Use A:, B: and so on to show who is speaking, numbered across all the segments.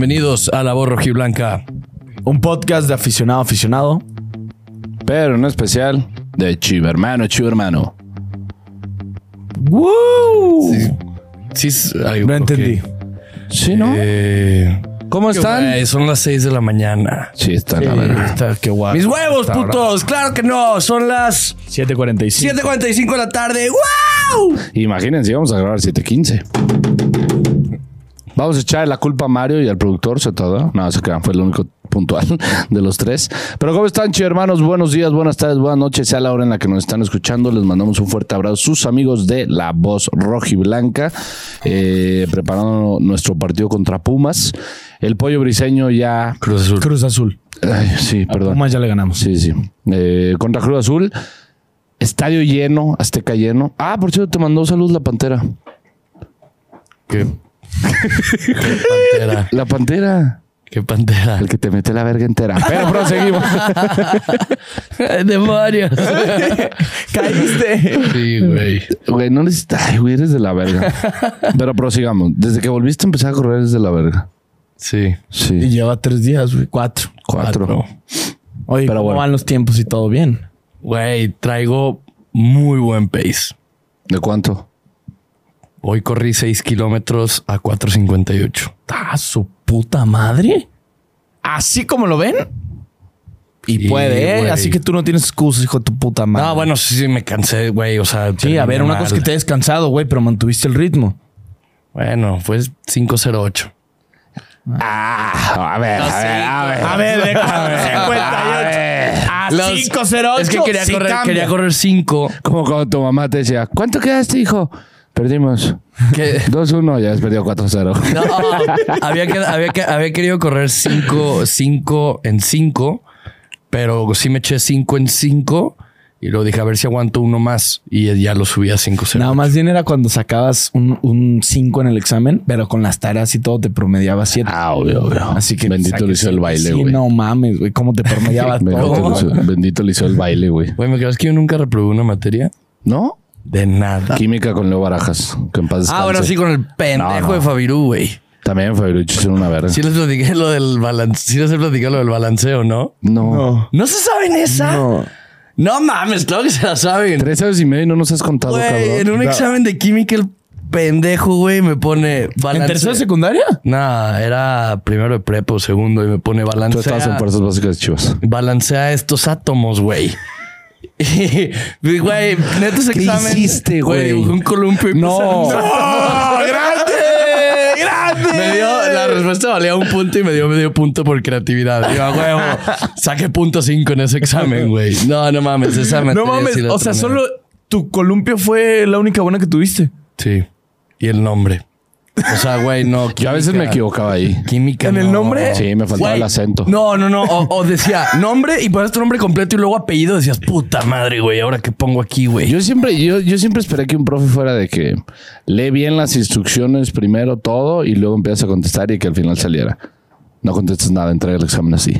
A: Bienvenidos a La Voz Rojiblanca.
B: Un podcast de aficionado a aficionado.
C: Pero un especial de Chivo Hermano, Chivo Hermano.
B: ¡Woo!
A: Sí, sí es algo-
B: no entendí.
A: ok.
C: Sí, ¿no?
A: Eh,
C: ¿Cómo están?
A: güey, son las 6 de la mañana.
C: Sí, están la verdad.
B: Está, qué guapo.
A: Mis huevos, putos. Claro que no. Son las
B: 7.45.
A: 7.45 de la tarde. ¡Wow!
C: Imagínense, vamos a grabar 7.15. Vamos a echar la culpa a Mario y al productor, se todo. No, se crean, fue el único puntual de los tres. Pero ¿cómo están, Chivo Hermanos? Buenos días, buenas tardes, buenas noches, sea la hora en la que nos están escuchando. Les mandamos un fuerte abrazo, sus amigos de La Voz Rojiblanca, eh, preparando nuestro partido contra Pumas. El pollo briseño ya...
A: Cruz Azul.
B: Cruz Azul.
C: Ay, sí, perdón.
B: Pumas ya le ganamos.
C: Sí, sí. Eh, contra Cruz Azul. Estadio lleno, Azteca lleno. Ah, por cierto, te mandó salud la pantera.
A: ¿Qué? Qué pantera.
C: La pantera.
A: Qué pantera.
C: El que te mete la verga entera. Pero proseguimos.
A: Demonios.
B: Caíste.
A: Sí, güey.
C: Güey, no necesitas. Ay, güey, eres de la verga. Pero prosigamos. Desde que volviste a empezar a correr, eres de la verga.
A: Sí.
B: Y
C: Sí.
B: lleva tres días, güey. Cuatro.
C: Cuatro.
B: Oye,
C: Pero
B: ¿cómo
C: bueno.
B: van los tiempos y todo bien?
A: Güey, traigo muy buen pace.
C: ¿De cuánto?
A: Hoy corrí 6 kilómetros a 4.58.
B: ¡Ah, su puta madre! Así como lo ven. Y
A: Sí,
B: puede, ¿eh?
A: güey.
B: Así que tú no tienes excusas, hijo de tu puta madre.
A: No, Ah, bueno, sí, sí, me cansé, güey. O sea,
B: Sí, a ver,
A: terminé
B: una
A: mal.
B: cosa es que te hayas cansado, güey, pero mantuviste el ritmo.
A: Bueno, fue 508.
C: Ah, a ver, a ver, a ver.
B: A ver, de
C: A
B: 58
C: ver.
B: a
A: Los-
B: 508.
A: Es que quería
B: sí
A: correr,
B: cambia.
A: quería correr 5.
C: Como cuando tu mamá te decía, ¿cuánto quedaste, hijo? Perdimos.
A: Que
C: 2-1, ya has perdido 4-0.
A: no, había, que, había, que- había querido correr 5 cinco en 5, pero sí me eché 5 en 5 y luego dije a ver si aguanto uno más y ya lo subí a 5
B: Nada más bien era cuando sacabas un 5 en el examen, pero con las tareas y todo te promediaba 7.
C: Ah, obvio, obvio.
B: Así que
C: Bendito le hizo el baile,
B: Sí,
C: güey.
B: no mames, güey, cómo te promediaba
C: Bendito
B: todo.
C: le, hizo, bendito le hizo el baile, güey.
A: Güey, ¿me crees que yo nunca reprobé una materia?
C: ¿No?
A: De nada.
C: Química con Leo Barajas. Que en paz descanse.
A: Ah, bueno, sí, con el pendejo
C: No, no.
A: de Fabirú, güey.
C: También Fabirucho es una verga.
A: Sí les platiqué lo del balance, sí les he platicado lo del balanceo, ¿no?
C: No.
A: ¿No se saben esa? No, mames, claro que se la saben.
C: Tres años y medio y no nos has contado,
A: Güey, en
C: cabrón.
A: un examen de química el pendejo, güey, me pone balance.
B: ¿En tercera secundaria?
A: Nah, era primero de prepo, segundo, y me pone
C: Tú
A: balancea.
C: estabas en Fuerzas Básicas de Chivas.
A: Balancea estos átomos, güey. Y, güey, neta ese examen.
C: hiciste, güey?
A: dibujé Un columpio y
C: No.
A: puse-
B: ¡Grande! ¡Grande!
A: Me dio, la respuesta valía un punto y me dio medio punto por creatividad. Digo, a huevo, saqué punto cinco en ese examen, güey. No, no mames, esa
B: No
A: materia
B: mames,
A: sí la
B: o sea,
A: troné.
B: solo tu columpio fue la única buena que tuviste.
A: Sí. Y el nombre. O sea, güey, no.
C: Yo a veces me
A: química-
C: equivocaba ahí.
A: Química.
B: ¿En el
A: no.
B: nombre?
C: Sí, me faltaba
A: Güey,
C: el acento.
A: No, no, no. O, o decía nombre y ponías tu nombre completo y luego apellido. Decías, puta madre, güey. Ahora qué pongo aquí, güey.
C: Yo siempre, yo, yo siempre esperé que un profe fuera de que lee bien las instrucciones primero todo y luego empiezas a contestar y que al final saliera. No contestas nada, entrega el examen así.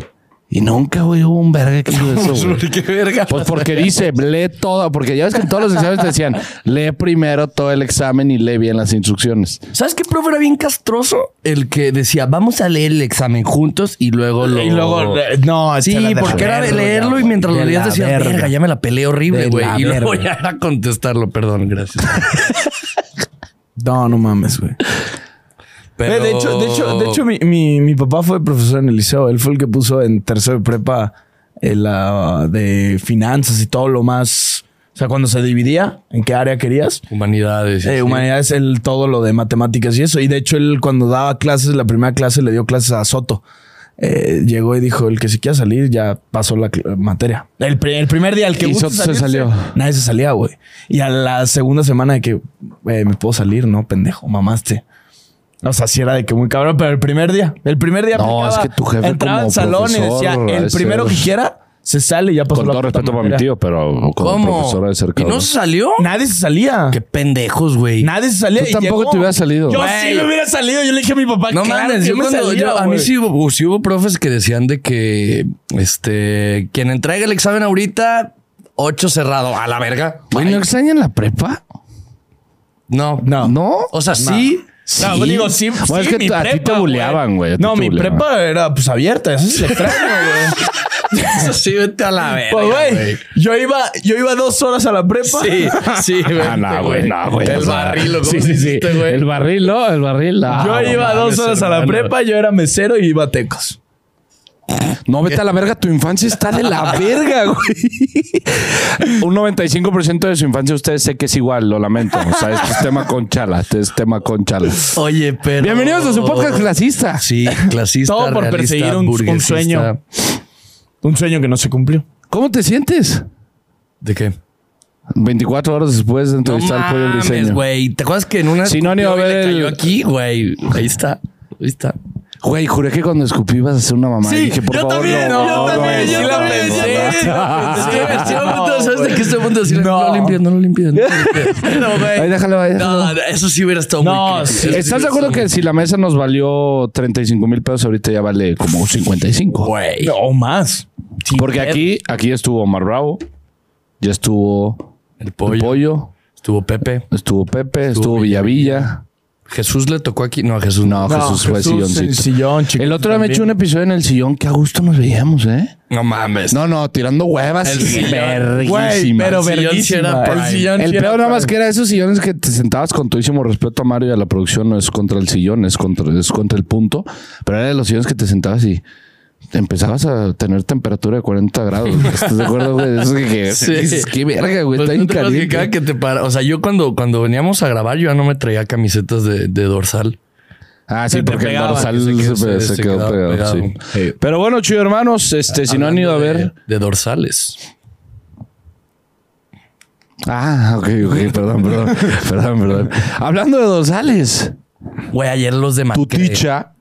C: Y nunca, güey, hubo un verga que hizo eso, güey.
A: Qué verga.
C: Pues porque dice, lee todo, porque ya ves que en todos los exámenes te decían, lee primero todo el examen y lee bien las instrucciones.
A: ¿Sabes qué profe era bien castroso? El que decía, vamos a leer el examen juntos y luego lo.
B: Y luego, eh, no,
A: Sí,
B: se la de
A: porque era de
B: acuerdo,
A: leerlo
B: ya,
A: y mientras lo
B: de
A: leías
B: la
A: decías,
B: verga.
A: verga, ya me la peleé horrible,
B: De
A: güey.
B: la
A: Y luego
B: verga.
A: ya era contestarlo, perdón, gracias.
B: No, no mames, güey.
A: Pero...
B: Eh, de hecho, de hecho, de hecho mi, mi- mi papá fue profesor en el liceo. Él fue el que puso en tercero de prepa eh, la de finanzas y todo lo más. O sea, cuando se dividía en qué área querías.
A: Humanidades. y
B: Eh,
A: así.
B: humanidades, el todo lo de matemáticas y eso. Y de hecho, él cuando daba clases, la primera clase le dio clases a Soto. Eh, llegó y dijo: El que se quiera salir ya pasó la cl- materia. El, pri- el primer día, el que
C: Y
B: guste
C: Soto se
B: salirse,
C: salió.
B: Nadie se salía, güey. Y a la segunda semana de que eh, me puedo salir, no, pendejo, mamaste. O sea, sí era de que muy cabrón, pero el primer día, el primer día,
C: No, es que tu jefe
B: entraba
C: como
B: al salón y
C: profesor
B: decía: El
C: es-
B: primero que quiera se sale y ya pasó
C: Con
B: la
C: todo
B: puta
C: respeto para mi
B: materia.
C: tío, pero como
A: ¿Cómo?
C: profesora de ser
A: ¿Y
C: cabrón.
A: no se salió?
B: Nadie se salía.
A: Qué pendejos, güey.
B: Nadie se salía.
C: Tú
B: y
C: tampoco
B: llegó.
C: te hubieras salido.
B: Yo
A: Güey.
B: sí me hubiera salido. Yo le dije a mi papá,
A: No
B: claro
A: mames,
B: que
A: yo
B: me
A: cuando-
B: salía,
A: yo- a mí
B: güey.
A: sí hubo, sí hubo profes que decían de que este quien entregue el examen ahorita, ocho cerrado, a la verga.
C: Güey, ¿no extrañan la prepa?
A: No,
B: No.
C: ¿No?
A: Ah. O sea, sí,
B: No, pues digo, sí,
C: Bueno,
B: sí,
C: es que
B: mi
C: t- a ti
B: prepa,
C: te
B: güey.
C: buleaban, güey, a ti
B: No,
C: te
B: mi
C: buleaban.
B: prepa era pues abierta, eso es extraño, güey.
A: Eso sí, vete a la verga.
B: Pues, güey, yo iba, yo iba dos horas a la prepa.
A: Sí, sí, vete,
C: Ah, no, güey, no, güey. o
A: El
C: sea,
A: barril, ¿o ¿cómo
C: Sí, sí, sí.
A: dijiste, güey?
C: El barril, ¿no? El barril. ah,
B: Yo
C: no
B: iba
C: mames,
B: dos horas a la
C: hermano.
B: prepa, yo era mesero y iba a tecos.
C: No, vete a la verga, tu infancia está de la verga, güey. Un 95% de su infancia ustedes sé que es igual, lo lamento. O sea, este es tema con chala, este es tema con chala.
A: Oye, pero.
C: Bienvenidos a su podcast clasista.
A: Sí, clasista.
B: Todo por
A: realista,
B: perseguir un- un
A: burguesista.
B: sueño. Un sueño que no se cumplió.
C: ¿Cómo te sientes?
A: ¿De qué?
C: 24 horas después de entrevistar al pollo
A: mames,
C: briseño.
A: güey. ¿Te acuerdas que en una.
C: Si no, ni va a
A: escupió y
C: ver
A: le
C: el-
A: cayó aquí, güey. Ahí está. Ahí está.
C: Güey, juré que cuando escupí ibas a hacer una mamá. y dije, por favor, no, no,
B: también,
C: no,
B: yo
C: no,
B: también,
C: no,
B: yo
C: no,
B: también.
C: no.
A: Estoy a punto,
B: No,
A: ¿Sabes de qué estoy a punto de decir? No
B: No.
A: lo limpies, no lo limpies. no lo limpies. No,
C: Ahí
A: güey.
C: déjalo, ahí déjalo.
A: No, eso sí hubiera estado
B: No,
A: muy
B: sí.
A: crítico.
C: ¿Estás de acuerdo que si la mesa nos valió 35 mil pesos, ahorita ya vale como 55?
A: Güey.
B: O más.
C: Porque aquí, aquí estuvo Omar Bravo, ya estuvo
A: El
C: Pollo,
A: pollo. Estuvo Pepe.
C: estuvo Pepe, estuvo, Villavilla.
A: Jesús le tocó aquí. No, a Jesús
C: No, Jesús fue
B: en
C: silloncito.
B: sillón, chico.
C: El otro día me
B: también.
C: eché un episodio en el sillón que a gusto nos veíamos, ¿eh?
A: No mames.
C: No, no, tirando huevas.
A: El
C: y
A: sillón.
B: Güey,
C: verguísimas.
B: pero
A: El sillón sí
B: verguísima.
A: era
B: El
A: prime.
B: sillón
C: El
B: sí
C: peor
B: era
C: nada más
B: prime.
C: que era esos sillones que te sentabas con tuísimo respeto a Mario y a la producción, no es contra el sillón, es contra, es contra el punto, pero era de los sillones que te sentabas y empezabas a tener temperatura de 40 grados. ¿Estás de acuerdo, güey? Eso que, que-
A: Sí.
C: dices, qué verga, güey,
A: Pues,
C: está
A: ¿no
C: bien
A: te acuerdas que cada
C: caliente.
A: que te para- O sea, yo cuando, cuando veníamos a grabar, yo ya no me traía camisetas de, de dorsal.
C: Ah, sí,
B: se te
C: porque el
B: pegaba,
C: dorsal
A: que
C: se
A: se
C: quedó,
A: quedó- se-
C: se
A: se
C: quedó
A: quedaba
C: pegado,
A: pegado.
C: sí.
A: Sí.
C: Pero bueno, chido hermanos, este, si no han ido a
A: Hablando
C: ver...
A: de- De dorsales.
C: Ah, ok, ok, perdón, perdón, perdón, perdón. Hablando de dorsales,
A: Güey, ayer los de
C: tu
A: Macré.
C: ticha,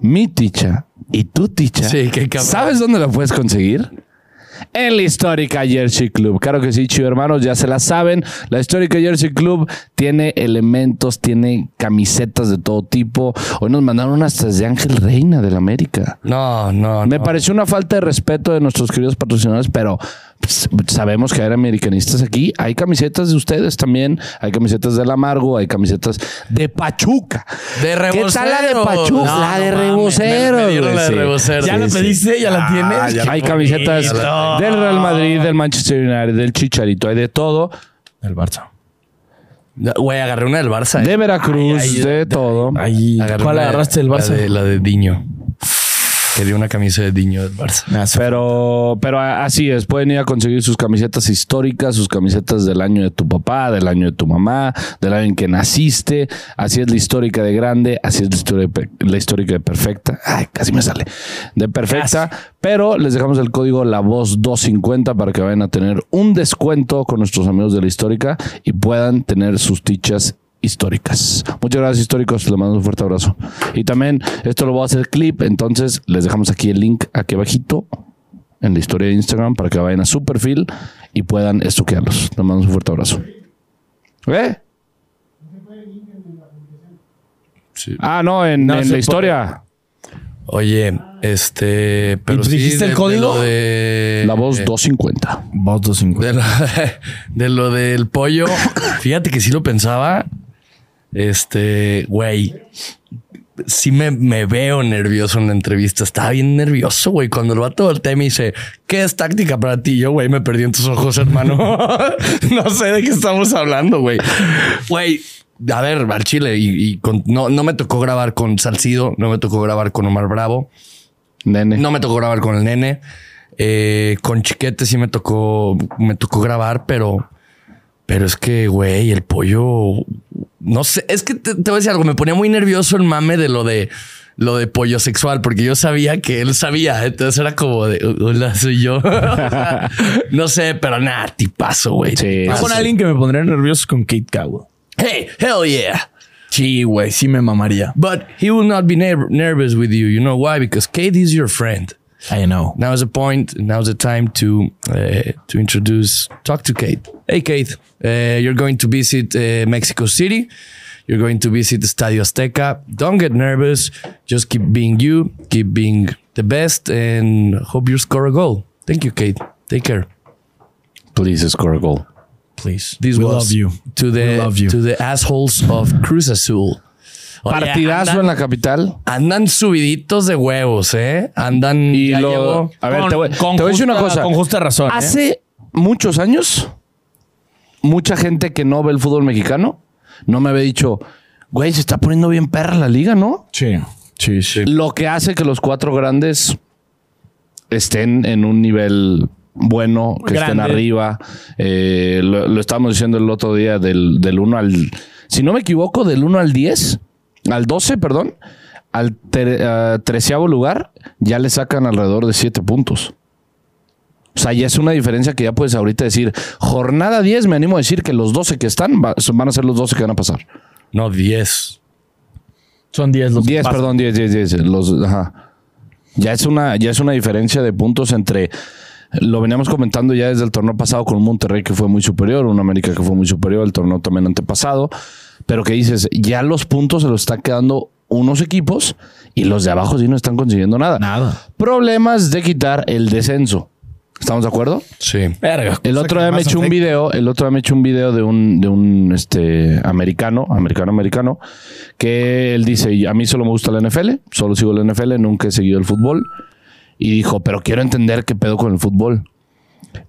C: mi ticha y tu ticha.
A: Sí, qué cabrón.
C: ¿Sabes dónde la puedes conseguir? En la histórica Jersey Club. Claro que sí, chido hermanos, ya se la saben. La histórica Jersey Club tiene elementos, tiene camisetas de todo tipo. Hoy nos mandaron unas de Ángel Reina del América.
A: No, no,
C: Me
A: Ah, no.
C: pareció una falta de respeto de nuestros queridos patrocinadores, pero pues, sabemos que hay americanistas aquí. Hay camisetas de ustedes también. Hay camisetas del Amargo, hay camisetas de Pachuca.
A: De
C: ¿Qué
A: reboceros.
C: tal la de Pachuca?
A: No,
C: la de
A: no mames,
C: reboceros,
A: me- me dieron
C: güey,
A: la de Ah,
C: sí.
A: reboceros.
B: ¿Ya
C: Sí,
B: la
C: sí.
B: pediste? ¿Ya la tienes?
A: Este,
B: Qué
C: Hay camisetas
B: bonito.
C: del Real Madrid, del Manchester United, del Chicharito, hay de todo,
B: El Barça.
A: Güey, agarré una del Barça. eh.
C: de Veracruz,
A: Ay, ay,
C: de todo.
B: Ahí.
A: Agarré
B: ¿Cuál
A: una de-
B: agarraste del Barça?
A: La de, la de Diño. Quería una camisa de Diño del Barça.
B: Me
C: Ah,
B: hace-
C: Pero, pero a- así es, pueden ir a conseguir sus camisetas históricas, sus camisetas del año de tu papá, del año de tu mamá, del año en que naciste. Así es la histórica de grande, así es la, historia de per- la histórica de perfecta. Ay, casi me sale. De perfecta. Pero les dejamos el código La Voz 250 para que vayan a tener un descuento con nuestros amigos de la histórica y puedan tener sus tichas históricas. Muchas gracias, históricos. Les mando un fuerte abrazo. Y también esto lo voy a hacer clip, entonces les dejamos aquí el link aquí abajito en la historia de Instagram para que vayan a su perfil y puedan estoquearlos. Les mando un fuerte abrazo. ¿Eh?
A: Sí.
C: Ah, no, en,
B: No,
C: en
B: se
C: la
B: puede.
C: historia.
A: Oye, este. Pero sí,
B: dijiste el
A: de-
B: código?
A: De lo de- eh,
C: La
B: Eh,
C: voz 250.
B: Vos 250.
A: De lo, de lo del pollo, fíjate que sí lo pensaba. Este, güey, sí me, me veo nervioso en la entrevista. Estaba bien nervioso, güey. Cuando el vato voltea y me dice, ¿qué es táctica para ti? Yo, güey, me perdí en tus ojos, hermano. no sé de qué estamos hablando, güey. Güey, a ver, al chile. Y, y con- no, no me tocó grabar con Salcido, no me tocó grabar con Omar Bravo.
C: Nene.
A: No me tocó grabar con el nene. Eh, con Chiquete sí me tocó, me tocó grabar, pero, pero es que, güey, el pollo, no sé, es que te, te voy a decir algo, me ponía muy nervioso el mame de lo de, lo de pollo sexual, porque yo sabía que él sabía, entonces era como de, hola, soy yo. O sea, no sé, pero nada, tipazo, güey.
C: Sí.
B: Yo
A: tipazo.
B: con alguien que me pondría nervioso con Kate Cowell.
A: Hey, hell yeah.
B: Sí, güey, sí me mamaría.
A: But he will not be ner- nervous with you. You know why? Because Kate is your friend.
B: I know.
A: Now is the point. Now is the time to uh, to introduce. Talk to Kate. Hey, Kate. Uh, you're going to visit uh, Mexico City. You're going to visit the Estadio Azteca. Don't get nervous. Just keep being you. Keep being the best, and hope you score a goal. Thank you, Kate. Take care.
C: Please score a goal.
B: Please.
A: This
B: We
A: was
B: love you.
A: to the
B: We love you.
A: to the assholes of Cruz Azul. Oye, andan-
C: Partidazo en la capital.
A: Andan subiditos de huevos, ¿eh? Andan.
C: Y
A: ya
C: lo-
A: llevo-
C: a ver, te voy, te voy a decir una
B: justa-
C: cosa.
B: Con justa razón. ¿eh?
C: Hace muchos años, mucha gente que no ve el fútbol mexicano no me había dicho, güey, se está poniendo bien perra la liga, ¿no?
B: Sí, sí, sí.
C: Lo que hace que los cuatro grandes estén en un nivel bueno, que estén
B: Grande.
C: arriba. Eh, lo, lo estábamos diciendo el otro día del, del 1 al, si no me equivoco, del 1 al 10, al 12, perdón, al tre- a treceavo lugar, ya le sacan alrededor de 7 puntos. O sea, ya es una diferencia que ya puedes ahorita decir, jornada 10, me animo a decir que los 12 que están va- van a ser los 12 que van a pasar.
A: No, 10.
B: Son 10 los
C: 10,
B: pasos.
C: perdón, 10, 10, 10. Los, ajá. Ya es una, ya es una diferencia de puntos entre. Lo veníamos comentando ya desde el torneo pasado con un Monterrey que fue muy superior, un América que fue muy superior, el torneo también antepasado. Pero que dices, ya los puntos se los están quedando unos equipos y los de abajo sí no están consiguiendo nada.
B: Nada.
C: Problemas de quitar el descenso. ¿Estamos de acuerdo?
A: Sí.
B: Verga.
C: El
B: cosa
C: otro
B: que
C: día me
B: más
C: echó un
B: afecta.
C: video, el otro día me echó un video de un, de un este, americano, americano, americano, que él dice, a mí solo me gusta la NFL, solo sigo la NFL, nunca he seguido el fútbol. Y dijo, pero quiero entender qué pedo con el fútbol.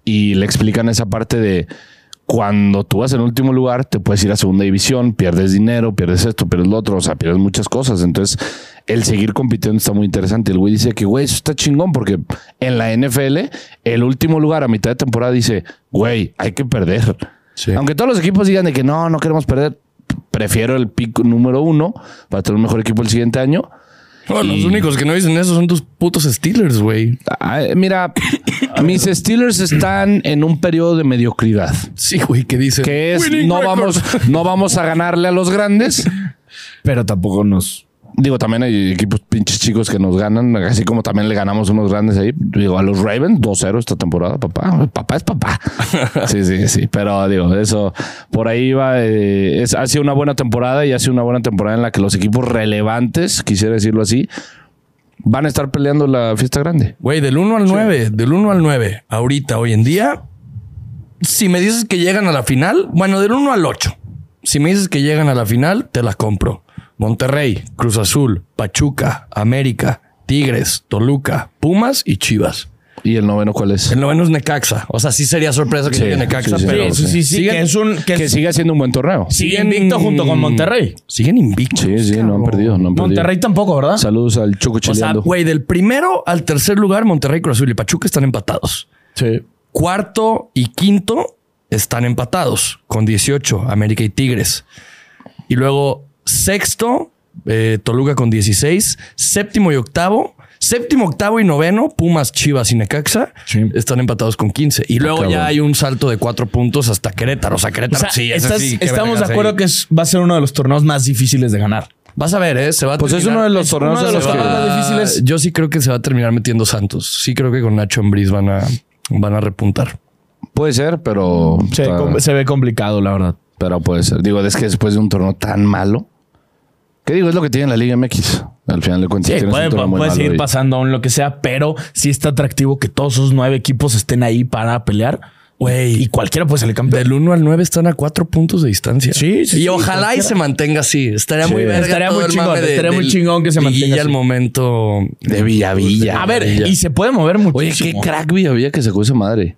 C: Y le explican esa parte de cuando tú vas en último lugar, te puedes ir a segunda división, pierdes dinero, pierdes esto, pierdes lo otro, o sea, pierdes muchas cosas. Entonces, el seguir compitiendo está muy interesante. El güey dice que, güey, eso está chingón, porque en la NFL, el último lugar a mitad de temporada dice, güey, hay que perder.
A: Sí.
C: Aunque todos los equipos digan de que no, no queremos perder, prefiero el pico número uno para tener un mejor equipo el siguiente año.
A: No, Los únicos que no dicen eso son tus putos Steelers, güey.
C: Ah, Mira, mis Steelers están en un periodo de mediocridad.
A: Sí, güey, que dicen.
C: que es
A: "Winning
C: no
A: record".
C: vamos, no vamos a ganarle a los grandes.
B: Pero tampoco nos.
C: Digo, también hay equipos pinches chicos que nos ganan, así como también le ganamos unos grandes ahí. Digo, a los Ravens 2-0 esta temporada, papá. Papá es papá. Sí, sí, sí. Pero digo, eso por ahí va. eh, es, ha sido una buena temporada y ha sido una buena temporada en la que los equipos relevantes, quisiera decirlo así, van a estar peleando la fiesta grande.
A: Güey, del 1 al 9, del 1 al 9, ahorita, hoy en día, si me dices que llegan a la final, bueno, del 1 al 8, si me dices que llegan a la final, te la compro. Monterrey, Cruz Azul, Pachuca, América, Tigres, Toluca, Pumas y Chivas.
C: ¿Y el noveno cuál es?
A: El noveno es Necaxa. O sea, sí sería sorpresa que
C: Sí,
A: llegue Necaxa,
C: sí, sí,
A: pero
C: sí,
B: sí, sí,
A: siguen,
B: que es un- que
C: Que siga siendo un buen torneo.
B: Sigue invicto junto con Monterrey.
A: siguen invictos.
C: Sí, sí, no han perdido. No han perdido.
B: Monterrey tampoco, ¿verdad?
C: Saludos al Choco
A: O sea,
C: Chileando.
A: güey, del primero al tercer lugar, Monterrey, Cruz Azul y Pachuca están empatados.
B: Sí.
A: Cuarto y quinto están empatados con 18, América y Tigres. Y luego sexto, eh, Toluca con 16. Séptimo y octavo. Séptimo, octavo y noveno, Pumas, Chivas y Necaxa
B: Sí.
A: están empatados con 15. Y luego
C: Ah, cabrón.
A: ya hay un salto de cuatro puntos hasta Querétaro. O sea,
B: O
A: Querétaro
B: sea,
A: sí, ese
B: estás-
A: sí, qué
B: estamos de
A: vergas
B: acuerdo
A: ahí.
B: que es- va a ser uno de los torneos más difíciles de ganar.
A: Vas a ver, ¿eh? Se va a
C: Pues es
A: terminar-
C: uno de los torneos
A: uno de
C: en
A: los
C: los que-
A: torneos difíciles. Yo sí creo que se va a terminar metiendo Santos. Sí creo que con Nacho Ambriz van a, van a repuntar.
C: Puede ser, pero.
B: Se,
C: está-
B: com- se ve complicado, la verdad.
C: Pero puede ser. Digo, es que después de un torneo tan malo. ¿Qué digo? Es lo que tiene la Liga MX. Al final de cuentas,
B: Sí,
C: tienes un
B: puede,
C: torneo muy
B: puede
C: malo
B: seguir
C: y-
B: pasando aún lo que sea, pero sí está atractivo que todos esos nueve equipos estén ahí para pelear.
A: Güey.
B: Y cualquiera puede salir campeón.
A: Del 1 al 9 están a 4 puntos de distancia.
B: Sí, sí,
A: Y
B: sí,
A: ojalá y
B: cualquiera.
A: se mantenga así. Estaría
C: Sí.
A: muy verga.
B: Estaría
A: todo
B: muy
A: el
B: chingón,
A: mame
B: estaría muy
A: del-
B: chingón que se
A: de
B: mantenga
A: Villa
B: así.
A: al momento.
C: De Villa a Villa.
B: A ver, y se puede mover
C: Oye,
B: muchísimo.
C: qué crack Villa Villa que sacó esa madre.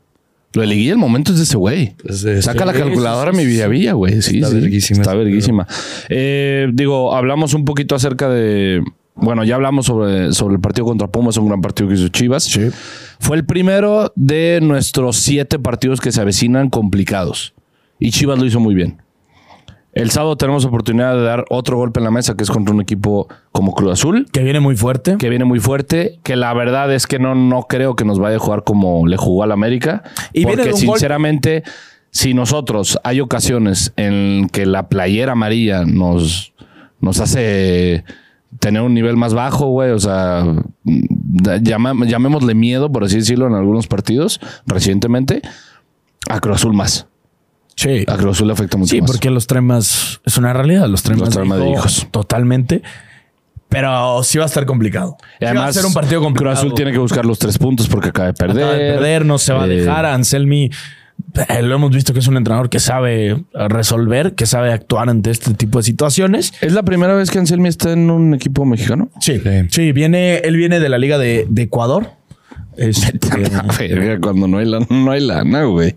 C: Lo de Liguilla el momento es de ese güey.
A: Es de-
C: Saca
A: este, sí,
C: la
A: sí,
C: calculadora, mi Villa Villa, güey. Sí,
A: Está
C: sí,
A: verguísima
C: Está
A: esa
C: verguísima. Eh, digo, hablamos un poquito acerca de. Bueno, ya hablamos sobre, sobre el partido contra Pumas, un gran partido que hizo Chivas. Fue el primero de nuestros siete partidos que se avecinan complicados. Y Chivas lo hizo muy bien. El sábado tenemos oportunidad de dar otro golpe en la mesa, que es contra un equipo como Cruz Azul
B: Que viene muy fuerte.
C: que viene muy fuerte, que la verdad es que no, no creo que nos vaya a jugar como le jugó al América.
B: Y viene
C: porque
B: de un gol-
C: sinceramente, si nosotros hay ocasiones en que la playera amarilla nos, nos hace tener un nivel más bajo, güey, o sea, da- llama- llamémosle miedo, por así decirlo, en algunos partidos recientemente, a Cruz Azul más.
B: Sí.
C: A Cruz Azul le afecta mucho
B: Sí,
C: más.
B: porque los trae más. Es una realidad, los trae
C: Los
B: más
C: trae más de hijos.
B: Totalmente. Pero sí va a estar complicado.
C: Y
B: Sí va a
C: además,
B: ser un partido complicado.
C: Cruz Azul tiene que buscar los tres puntos porque acaba de perder.
B: Acaba de perder, no se va a
C: Eh,
B: dejar. Anselmi eh, lo hemos visto que es un entrenador que sabe resolver, que sabe actuar ante este tipo de situaciones.
C: ¿Es la primera vez que Anselmi está en un equipo mexicano?
B: Sí,
A: Sí.
B: sí, viene, él viene de la liga de, de Ecuador. Este,
C: Ah, Verga, cuando no hay lana, no hay lana, güey.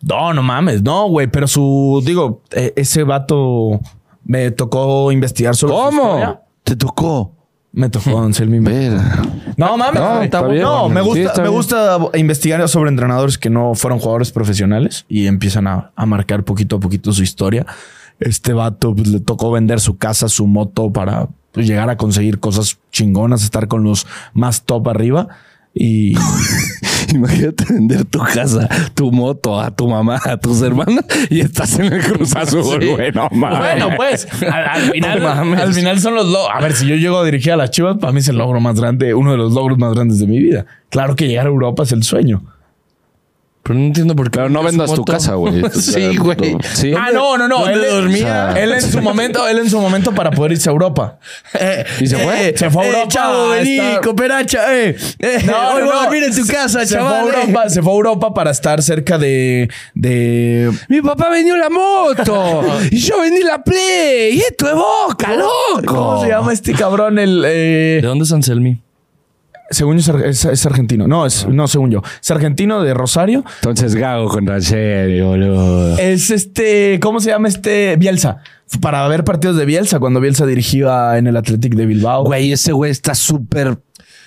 B: no, no mames, no, güey, pero su, digo, eh, ese vato me tocó investigar sobre su historia.
C: ¿Cómo? Te tocó.
B: Me tocó Anselmi.
C: Verga.
B: No mames,
C: No,
B: güey.
C: está bien.
B: No, me
C: Sí,
B: gusta,
C: está
B: me
C: bien.
B: gusta investigar sobre entrenadores que no fueron jugadores profesionales y empiezan a, a marcar poquito a poquito su historia. Este vato pues, le tocó vender su casa, su moto para pues, llegar a conseguir cosas chingonas, estar con los más top arriba. Y
C: Imagínate vender tu casa, tu moto, a tu mamá, a tus hermanas y estás en el Cruz Azul,
A: Sí.
C: güey. No mames.
B: pues al, al final,
C: No mames.
B: al final son los logros. A ver, si yo llego a dirigir a las Chivas, para mí es el logro más grande, uno de los logros más grandes de mi vida. Claro que llegar a Europa es el sueño.
A: Pero no entiendo por qué.
C: Pero no vendas tu casa, güey.
A: Sí, güey.
C: Sí.
B: Ah, no, no, no.
A: ¿Dónde
B: Él,
A: dormía?
B: él en su momento, él en su momento para poder irse a Europa. Eh,
C: ¿Y se fue?
B: se fue a Europa.
A: chavo, vení,
B: Está-
A: cooperacha, eh. Eh, hoy voy a dormir en tu
B: se-
A: casa,
B: se
A: chaval.
B: Fue a
A: eh.
B: Europa, se fue a Europa para estar cerca de. de
C: Mi papá vendió la moto y yo vendí la Play. Y esto es boca, loco.
B: ¿Cómo se llama este cabrón? El. eh,
A: ¿De dónde es Anselmi?
B: según yo, es ar- es, es argentino. No, es, no, según yo. Es argentino de Rosario.
C: Entonces Gago contra Cheri, boludo.
B: Es este. ¿Cómo se llama este? Bielsa. Fue Para ver partidos de Bielsa, cuando Bielsa dirigía en el Athletic de Bilbao.
C: Güey, ese güey está súper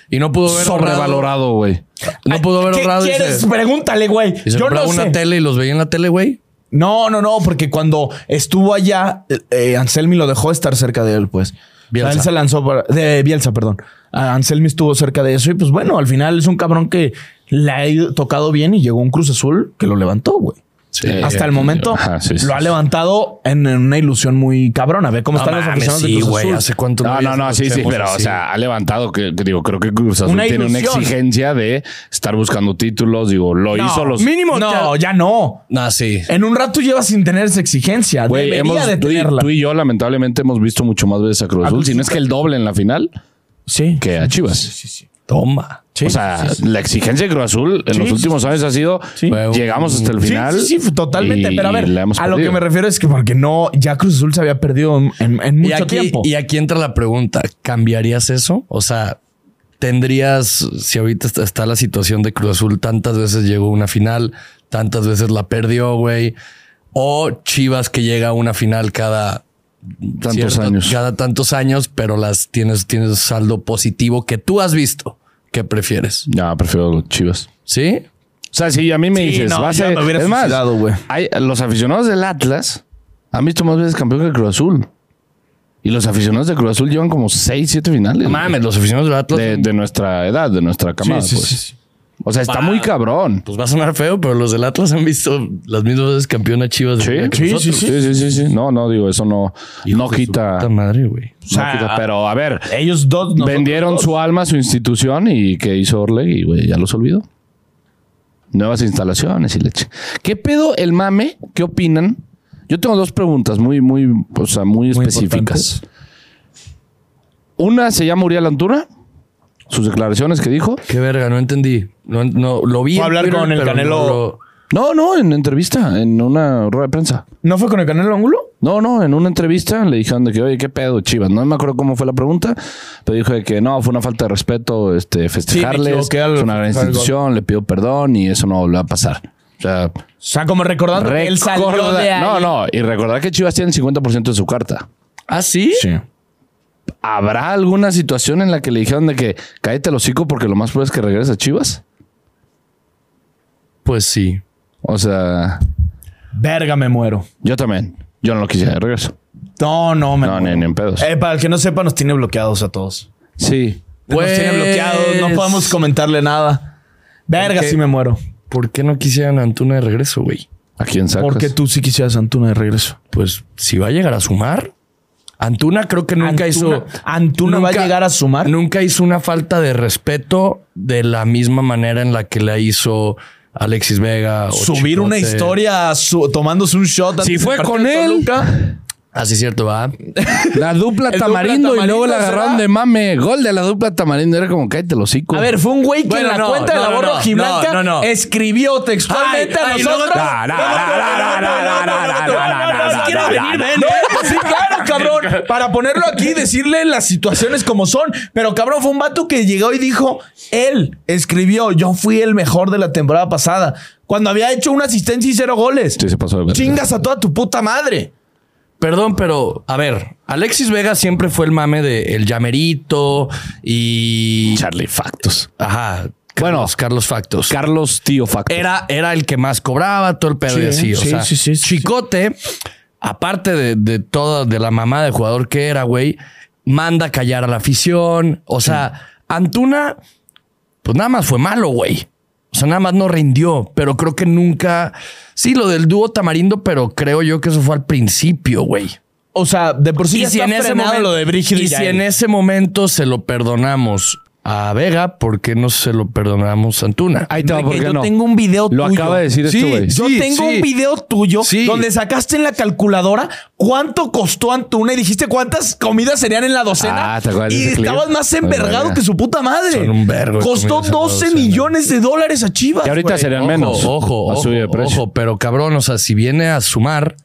A: Y no pudo haber ahorrado-
C: sobrevalorado, güey.
A: No pudo haber
B: ¿Qué
A: ahorrado. y se-
B: quieres? Pregúntale, güey.
A: Y se
B: Yo no
A: compraba una
B: sé.
A: tele y los veía en la tele, güey.
B: No, no, no, porque cuando estuvo allá, eh, eh, Anselmi lo dejó estar cerca de él, pues.
A: Bielsa.
B: O sea, él se lanzó para- de Bielsa, perdón. A Anselmi estuvo cerca de eso y pues bueno, al final es un cabrón que le ha ido- tocado bien y llegó un Cruz Azul que lo levantó, güey.
A: Sí.
B: Hasta el momento
C: Ajá, sí, sí,
B: lo ha
C: sí.
A: levantado.
B: levantado en, en una ilusión muy cabrona. Ve cómo
A: No
B: están los
A: mames,
B: Pues aficionados de
A: sí,
B: Cruz
A: güey.
B: Azul.
A: ¿Hace cuánto
C: No, no, no,
A: veías
C: sí, sí,
A: los
C: pero,
A: así?
C: o sea, ha levantado que, que digo, creo que Cruz Azul
B: Una
C: tiene una
B: ilusión.
C: exigencia de estar buscando títulos, digo, lo
B: No,
C: hizo los.
B: mínimo. No, ya no.
A: No, sí.
B: En un rato llevas sin tener esa exigencia.
C: Güey,
B: Debería
C: hemos-
B: de
C: tú, y,
B: tenerla.
C: tú y yo, lamentablemente, hemos visto mucho más veces a Cruz
B: A
C: Azul,
B: Cruz
C: si no es que el doble en la final
B: sí.
C: que a Chivas.
B: Sí, sí.
A: Toma.
B: Sí,
C: o sea,
B: sí, sí.
C: la exigencia de Cruz Azul en
B: Sí,
C: los
B: sí,
C: últimos años ha sido
B: Sí.
C: llegamos hasta el final.
B: Sí, sí, sí, totalmente.
C: y
B: Pero a ver,
C: la hemos
B: a lo que
C: perdido.
B: me refiero es que porque no, ya Cruz Azul se había perdido en, en mucho
A: y aquí,
B: tiempo.
A: Y aquí entra la pregunta: ¿cambiarías eso? O sea, tendrías, si ahorita está, está la situación de Cruz Azul, tantas veces llegó a una final, tantas veces la perdió, güey. O Chivas que llega a una final cada
C: Tantos
A: cierto-
C: años.
A: Cada tantos años, pero las tienes, tienes saldo positivo que tú has visto. ¿Qué prefieres?
C: No, prefiero los Chivas.
A: ¿Sí?
C: O sea, si a mí me
B: Sí,
C: dices,
B: no,
C: va a
B: ya
C: ser.
B: me hubiera
C: es más,
B: suicidado, güey.
C: hay- los aficionados del Atlas han visto más veces campeón que Cruz Azul. Y los aficionados de Cruz Azul llevan como 6, 7 finales.
A: No Mames, los aficionados del Atlas.
C: de, de nuestra edad, de nuestra camada. pues. O sea, está
A: Va.
C: muy cabrón.
A: Pues va a sonar feo, pero los del Atlas han visto las mismas veces campeona Chivas. de
C: Sí,
A: América que
C: sí, sí,
A: nosotros.
C: sí, sí, sí, sí. No, no, digo, eso no, no quita.
A: Puta madre, güey.
C: no quita, Pero a ver,
B: Ellos dos Ah. Eh, nosotros
C: vendieron
B: dos.
C: su alma, su institución y que hizo Orley y güey, ya los olvidó. Nuevas instalaciones y leche. ¿Qué pedo el mame? ¿Qué opinan? Yo tengo dos preguntas muy, muy, o sea, muy,
B: Muy
C: específicas. Una se llama Uriel Antuna, sus declaraciones que dijo.
A: Qué verga, no entendí. No, no, lo vi.
B: Fue
A: en
B: a hablar con el
A: pero
B: Canelo.
A: no lo-
C: No, no, en entrevista, en una rueda de prensa.
B: ¿No fue con el Canelo Ángulo?
C: No, no, en una entrevista le dijeron de que, oye, qué pedo, Chivas. No me acuerdo cómo fue la pregunta, pero dijo de que no, fue una falta de respeto este, festejarles.
B: equivoqué al
C: es una gran
B: festejar el
C: institución, le pido perdón y eso no volvió a pasar. O sea,
B: O sea, como recordando que él salió
C: recorda-
B: de ahí.
C: No, no, y recordar que Chivas tiene el 50% de su carta.
A: ¿Ah, sí?
B: Sí.
C: ¿Habrá alguna situación en la que le dijeron de que cállate el hocico porque lo más probable es que regrese a Chivas?
A: Pues sí.
C: O sea,
B: Verga, me muero.
C: yo también. Yo no lo quisiera de regreso.
B: No, no, me
C: No,
B: muero.
C: ni, ni en pedos.
B: Eh, para el que no sepa, nos tiene bloqueados a todos.
C: Sí.
A: Pues-
B: Nos tiene bloqueados, no podemos comentarle nada. Verga,
A: Porque-
B: sí me muero.
A: ¿Por qué no quisieran a Antuna de regreso, güey?
C: ¿A quién sacas?
B: Porque tú sí quisieras a Antuna de regreso.
A: Pues si va a llegar a sumar. Antuna creo que nunca
B: Antuna-
A: hizo.
B: ¿Antuna va a llegar a sumar?
A: Nunca hizo una falta de respeto de la misma manera en la que la hizo Alexis Vega. o
B: subir una
A: Chicote.
B: historia su- tomándose un shot.
C: Si
B: antes
C: fue
B: del partido
C: con
B: de
C: él.
B: Toluca.
A: Así es Ah, cierto, va.
C: La dupla
B: El
C: tamarindo
B: dupla
C: y luego
B: tamarindo
C: la agarraron
B: será-
C: de mame. Gol de la dupla tamarindo. Era como cállate el hocico.
B: A ver, fue un güey que
A: Bueno,
B: en la
A: no,
B: cuenta de
A: no,
B: la
A: no,
B: borra
A: no,
B: Gibraltar
A: no, no, no.
B: escribió textualmente
A: Ay, ay,
B: a nosotros.
A: luego-
C: Da, da, da, da, da, da, da, da, da, da, da, da.
B: No, pues sí, claro, cabrón. Para ponerlo aquí y decirle las situaciones como son. Pero cabrón, fue un vato que llegó y dijo: Él escribió, yo fui el mejor de la temporada pasada. Cuando había hecho una asistencia y cero goles.
C: Sí, Este se pasó de verga.
B: Chingas a toda tu puta madre.
A: Perdón, pero a ver, Alexis Vega siempre fue el mame de el llamerito y.
C: Charlie Factos.
A: Ajá.
C: Bueno.
A: Carlos, Carlos Factos.
C: Carlos Tío
B: Eh,
C: Factos.
A: era, era el que más cobraba, todo el pedo y así. O
D: sí,
A: sea,
D: sí, sí, sí,
A: Chicote, aparte de, de toda, de la mamá de jugador que era, güey, manda callar a la afición. O sea, Antuna, pues nada más fue malo, güey. O sea, nada más no rindió, pero creo que nunca. Sí, lo del dúo tamarindo, pero creo yo que eso fue al principio, güey.
B: O sea, de por sí
A: Y
B: ya
A: si
B: está
A: en ese
B: frenado
A: momento,
B: lo de Brígido
A: y
B: y
A: si
B: Yael.
A: en ese momento se lo perdonamos a Vega, ¿por qué no se lo perdonamos a Antuna?
C: Ahí te va, ¿por
B: Enrique,
C: qué
B: eh, yo
C: no?
B: tengo un video
C: Lo
B: tuyo.
C: acaba de decir
B: Sí,
C: este güey.
B: Yo
C: Sí,
B: tengo
C: sí.
B: un video tuyo
A: Sí.
B: donde sacaste en la calculadora cuánto costó Antuna y dijiste cuántas comidas serían en la docena.
C: Ah, ¿te acuerdas de
B: y
C: ese clip?
B: estabas más
C: Ay,
B: envergado
C: verga.
B: que su puta madre.
A: Son un vergo de
B: Costó
A: comidas en la
B: 12
A: docena.
B: millones de dólares a Chivas.
C: Y ahorita
B: güey.
C: serían menos.
A: Ojo,
C: Ha
A: ojo,
C: subido de precio.
A: ojo, pero cabrón, o sea, si viene a sumar,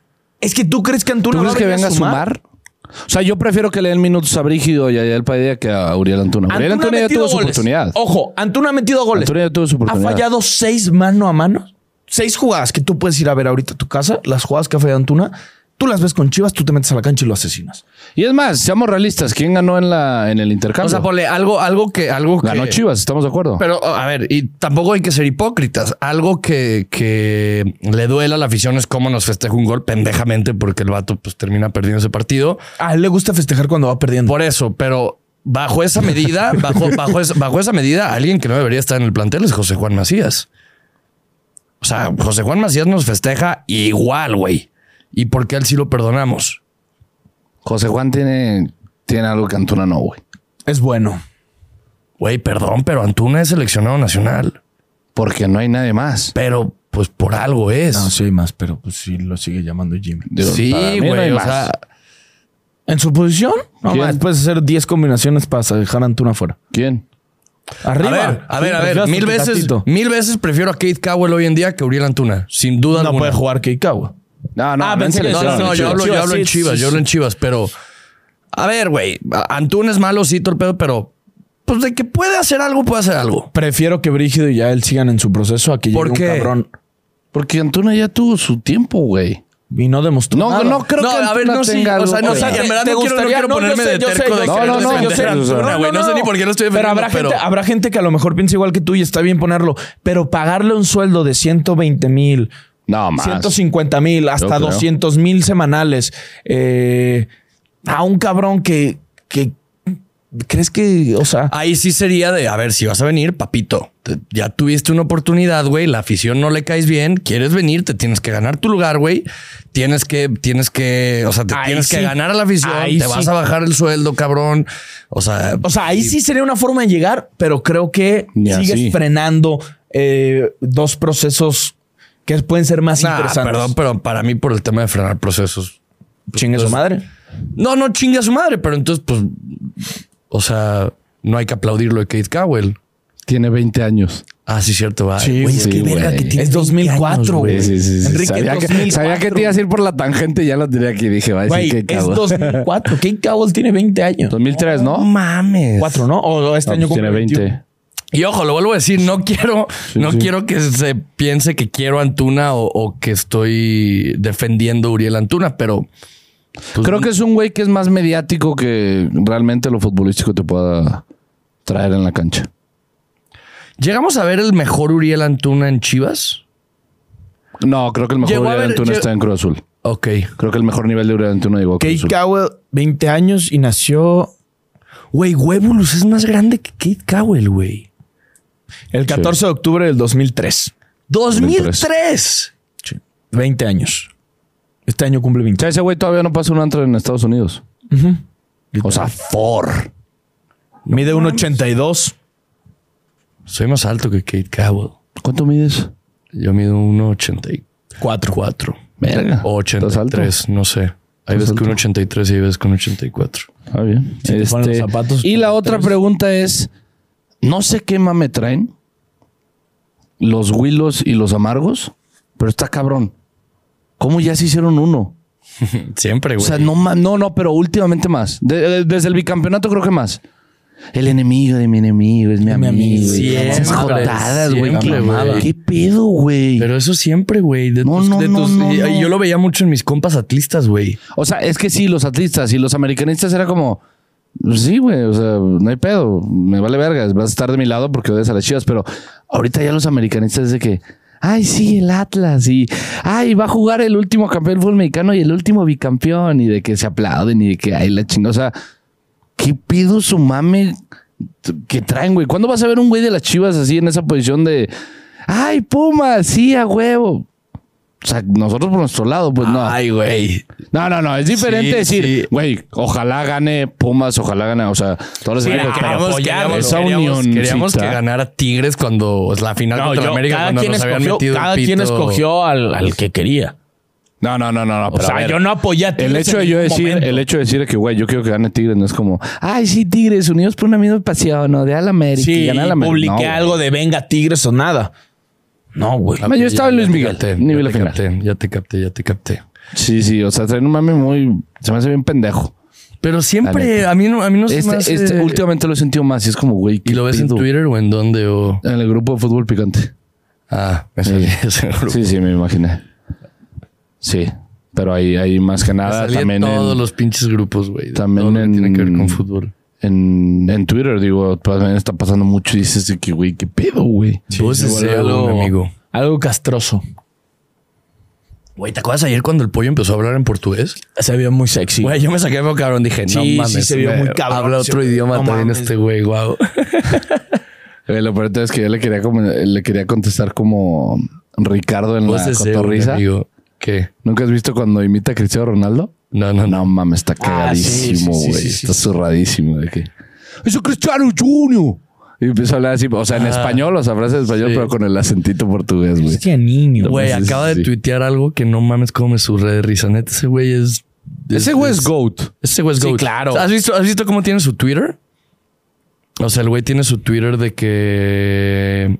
B: Es que tú crees que Antuna
C: ¿Tú
B: va
C: crees que
B: venir
C: venga a sumar? O sea, yo prefiero que le den minutos a Brígido y a Yael Padilla que a Uriel Antuna.
B: Antuna
C: Uriel
B: ha
C: Antuna ya
B: metido
C: tuvo su
B: goles. Oh.
C: oportunidad.
B: Ojo, Antuna ha metido goles.
C: Antuna ya tuvo
B: Ha
C: su oportunidad.
B: fallado seis mano a mano. Seis jugadas que tú puedes ir a ver ahorita a tu casa. Las jugadas que ha fallado Antuna. Tú las ves con Chivas, tú te metes a la cancha y lo asesinas.
C: Y es más, seamos realistas. ¿Quién ganó en, la, en el intercambio?
A: o sea, ponle algo, algo que, algo que-
C: ganó Chivas, estamos de acuerdo.
A: Pero a ver, y tampoco hay que ser hipócritas. Algo que, que le duela a la afición es cómo nos festeja un gol pendejamente porque el vato pues termina perdiendo ese partido.
B: A él le gusta festejar cuando va perdiendo.
A: Por eso, pero bajo esa medida, bajo, bajo, esa, bajo esa medida, alguien que no debería estar en el plantel es José Juan Macías. O sea, José Juan Macías nos festeja igual, güey. ¿Y por qué a él sí lo perdonamos?
C: José Juan tiene, tiene algo que Antuna no, güey.
B: Es bueno.
A: Güey, perdón, pero Antuna es seleccionado nacional.
C: Porque no hay nadie más.
A: Pero pues por algo es.
D: No, sí hay más, pero pues sí lo sigue llamando Jimmy.
C: Digo,
A: sí,
C: para mí no hay
A: güey. o
C: más.
A: sea,
D: ¿En su posición? No,
C: ¿Quién?
D: más, puedes hacer 10 combinaciones para dejar a Antuna fuera.
C: ¿Quién?
A: a
D: Arriba.
A: ver, a ver,
D: Sí,
A: a ver.
D: prefiero
A: Mil
D: hasta
A: veces,
D: Tecatito.
A: mil veces prefiero a Kate Cowell hoy en día que a Uriel Antuna. Sin duda
D: No
A: alguna.
D: puede jugar Keikawa.
C: No, no,
D: Ah,
C: no en
D: pensé que-
A: No,
C: selección,
A: no, no,
C: en
A: yo
C: Chivas.
A: hablo, yo hablo en
D: sí, sí,
A: Chivas,
D: sí.
A: yo hablo en Chivas, pero. A ver, güey. a- Antuna es malo, sí, todo el pedo, pero. Pues de que puede hacer algo, puede hacer algo.
D: Prefiero que Brígido y Yael sigan en su proceso a que llegue
A: ¿Por
D: un
A: qué?
D: cabrón.
C: Porque Antuna ya tuvo su tiempo, güey.
D: Y no demostró
C: No,
D: nada.
C: Ah, no creo
A: no,
C: que
A: a ver,
C: Antuna
A: no, sí.
C: tenga
A: O sea,
C: algo
A: no,
C: que-
A: o sea, en verdad
B: ¿Te
A: no quiero, no
B: gustaría?
A: quiero
B: No, yo
A: ponerme
B: sé,
A: de
B: yo sé,
A: terco
B: yo
A: de
B: sé,
A: querer
C: yo sé,
A: defender
C: yo sé.
A: a Antuna, güey. No sé ni por qué lo estoy
B: Pero
A: defendiendo,
B: habrá,
A: pero.
B: Gente, habrá gente que a lo mejor piensa igual que tú y está bien ponerlo, pero pagarle un sueldo de 120 mil,
C: No, más.
B: 150 mil, hasta
C: creo.
B: 200 mil semanales eh, a un cabrón que, que crees que, o sea,
A: Ahí sí sería de, a ver, si vas a venir, papito, te- ya tuviste una oportunidad, güey, la afición no le caes bien, quieres venir, te tienes que ganar tu lugar, güey, tienes que, tienes que, o sea, te
B: Ahí
A: tienes que
B: sí.
A: ganar a la afición,
B: Ahí
A: te
B: sí.
A: vas a bajar el sueldo, cabrón, o sea,
B: o sea, ahí sí sería una forma de llegar, pero creo que
C: Ni
B: sigues
C: así.
B: frenando eh, dos procesos que pueden ser más
A: nah,
B: interesantes.
A: perdón, pero para mí por el tema de frenar procesos.
B: Chingue su
A: Entonces,
B: madre.
A: No, no chingue a su madre, pero entonces, pues, o sea, no hay que aplaudir lo de Kate Cowell.
C: Tiene 20 años.
A: Ah, sí, cierto, va.
B: Sí,
A: Güey, es
C: sí,
A: que verga
C: güey.
A: que tiene
B: Es 2004,
A: 20 años,
B: güey.
C: Sí, sí, sí.
B: Enrique,
C: sabía, que,
B: 2004.
C: sabía que te ibas a ir por la tangente y ya lo tiré aquí. Dije, va a
B: Güey,
C: decir que
B: es
C: cabrón.
B: 2004. Kate Cowell tiene 20 años.
C: 2003, ¿no?
A: No mames.
B: Cuatro, ¿no? O este
C: No,
B: año
C: pues tiene
B: cumple 21.
C: 20.
A: Y ojo, lo vuelvo a decir, no quiero, no quiero que se piense que quiero a Antuna o, o que estoy defendiendo a Uriel Antuna, pero pues,
C: Creo que es un güey que es más mediático que realmente lo futbolístico te pueda traer en la cancha.
A: llegamos a ver el mejor Uriel Antuna en Chivas.
C: No, creo que el mejor
A: Llegó a
C: Uriel
A: ver-
C: Antuna
A: lle-
C: está en Cruz Azul.
A: Ok.
C: Creo que el mejor nivel de Uriel Antuna llegó a Cruz
D: Kate
C: Azul.
D: Cowell, 20 años y nació
A: Güey, Huevulus es más grande que Kate Cowell, güey.
D: el 14 de octubre del 2003.
A: 2003.
D: 20 años. Este año cumple
C: O sea,
D: 20.
C: ese güey todavía no pasa un antro en Estados Unidos. O sea, Ford.
D: Mide 1.82.
A: Soy más alto que Kate Cowell.
C: ¿Cuánto mides?
A: Yo mido 1.84.
C: Verga.
A: O
C: ¿Estás alto?
A: 83, no sé. Hay veces que un 83 y hay veces que un 84.
C: Ah, bien.
B: te ponen los zapatos,
C: y la otra pregunta es: no sé qué mame traen los Willos y los Amargos, pero está cabrón. ¿Cómo ya se hicieron uno?
A: Siempre,
C: O
A: güey.
C: sea, no, ma- no, no, pero últimamente más. De- de- desde el bicampeonato creo que más. El enemigo de mi enemigo es mi,
B: mi
C: amigo.
B: amigo.
C: güey.
A: Siempre,
C: Esas jotadas, güey.
A: siempre, güey.
C: ¿Qué pedo, güey?
A: Pero eso siempre, güey. De
C: No,
A: tus-
C: no,
A: de
C: no,
A: tus-
C: no,
A: y-
C: no.
A: y Yo lo veía mucho en mis compas atlistas, güey.
C: O sea, es que sí, los atlistas y los americanistas era como, pues sí, güey, o sea, no hay pedo, me vale vergas, vas a estar de mi lado porque odias a las chivas, pero ahorita ya los americanistas es de que, ay, sí, el Atlas y, ay, va a jugar el último campeón del fútbol mexicano y el último bicampeón y de que se aplauden y de que, ay, la chinga, o sea, ¿qué pido su mame t- que traen, güey? ¿Cuándo vas a ver un güey de las chivas así en esa posición de, ay, Puma, sí, a huevo? O sea, nosotros por nuestro lado, pues no.
A: Ay, güey.
C: No, no, no. Es diferente
A: Sí, sí.
C: decir, güey, ojalá gane Pumas, ojalá gane, o sea, todos los
A: Sí,
C: equipos, pero
A: queríamos,
C: apoyar
A: queríamos-
C: esa
A: queríamos-
C: unión.
A: queríamos que ganara Tigres cuando la final
E: No,
A: contra
E: yo-
A: la América
E: cada
A: cuando
E: quien
A: nos habían
E: escogió,
A: metido el
E: cada quien
A: pito.
E: escogió al, al que quería.
C: No, no, no, no, no.
E: O
C: pero a
E: sea,
C: ver,
E: yo no apoyé a Tigres
C: El hecho
E: en
C: de yo
E: ningún
C: decir,
E: momento.
C: el hecho de decir que, güey, yo quiero que gane Tigres no es como, ay, sí, Tigres, unidos por una misma pasión, no, de al América, y
E: Sí,
C: gana al América.
E: publiqué
C: No, güey. Pues,
E: algo de venga Tigres o nada. No, güey.
C: Ma, Ah, Yo estaba en Luis Miguel,
A: Capté,
C: nivel
A: ya, te
C: general.
A: capté, ya te capté, ya te capté.
C: Sí, sí, o sea, traen un mame muy, se me hace bien pendejo.
A: Pero
C: La
A: siempre,
C: neta.
A: a mí no, a mí no se
C: Este,
A: me hace-
C: este últimamente lo he sentido más y es como, güey,
A: ¿Y
C: ¿qué
A: lo ves
C: pedo?
A: en Twitter o en dónde? O...
C: En el grupo de fútbol picante.
A: Ah, me salí de ese grupo.
C: Sí, sí, me imaginé. Sí, pero ahí, ahí más que
A: Me
C: nada
A: salí
C: también
A: en Ah, todos
C: en,
A: los pinches grupos, güey. de
C: también
A: todo lo que tiene que ver
C: en-
A: con fútbol.
C: en, en Twitter, digo, también está pasando mucho y dices de que, güey, qué pedo, güey.
A: Vos
E: se
A: es
E: vuelve
A: algo,
E: algo-
A: amigo.
E: Algo castroso.
A: Güey, ¿te acuerdas ayer cuando el pollo empezó a hablar en portugués?
E: Se vio muy sexy.
A: Güey, yo me saqué de cabrón. Dije, no
E: Sí,
A: mames.
E: sí, se vio
A: güey,
E: muy cabrón.
A: Habla otro
E: Sí,
A: idioma
E: no
A: también
E: mames.
A: este güey, guau.
C: Eh, lo peor es que yo le quería, como- le quería contestar como Ricardo en
A: Vos
C: la
A: es el
C: cotorrisa.
A: amigo. Ah, ¿Qué?
C: ¿Nunca has visto cuando imita a Cristiano Ronaldo?
A: No, no, no.
C: No mames, está
E: Ah, sí,
C: cagadísimo,
E: sí, sí,
C: güey.
E: sí, sí.
C: Está zurradísimo de que. ¡Eso Cristiano Junior! Y empieza a hablar así, o sea,
E: Ah,
C: en español, o sea, frase en español,
A: Sí.
C: pero con el acentito portugués, güey.
E: Hostia, niño.
A: Güey,
C: sí,
B: pues,
C: sí,
A: acaba de
C: sí.
A: tuitear algo que no mames cómo me surre de risa. Neta, ese güey es...
C: Ese güey es GOAT.
A: Ese güey es
E: Sí,
A: GOAT.
E: claro.
A: ¿Has visto, ¿Has visto cómo tiene su Twitter? O sea, el güey tiene su Twitter de que...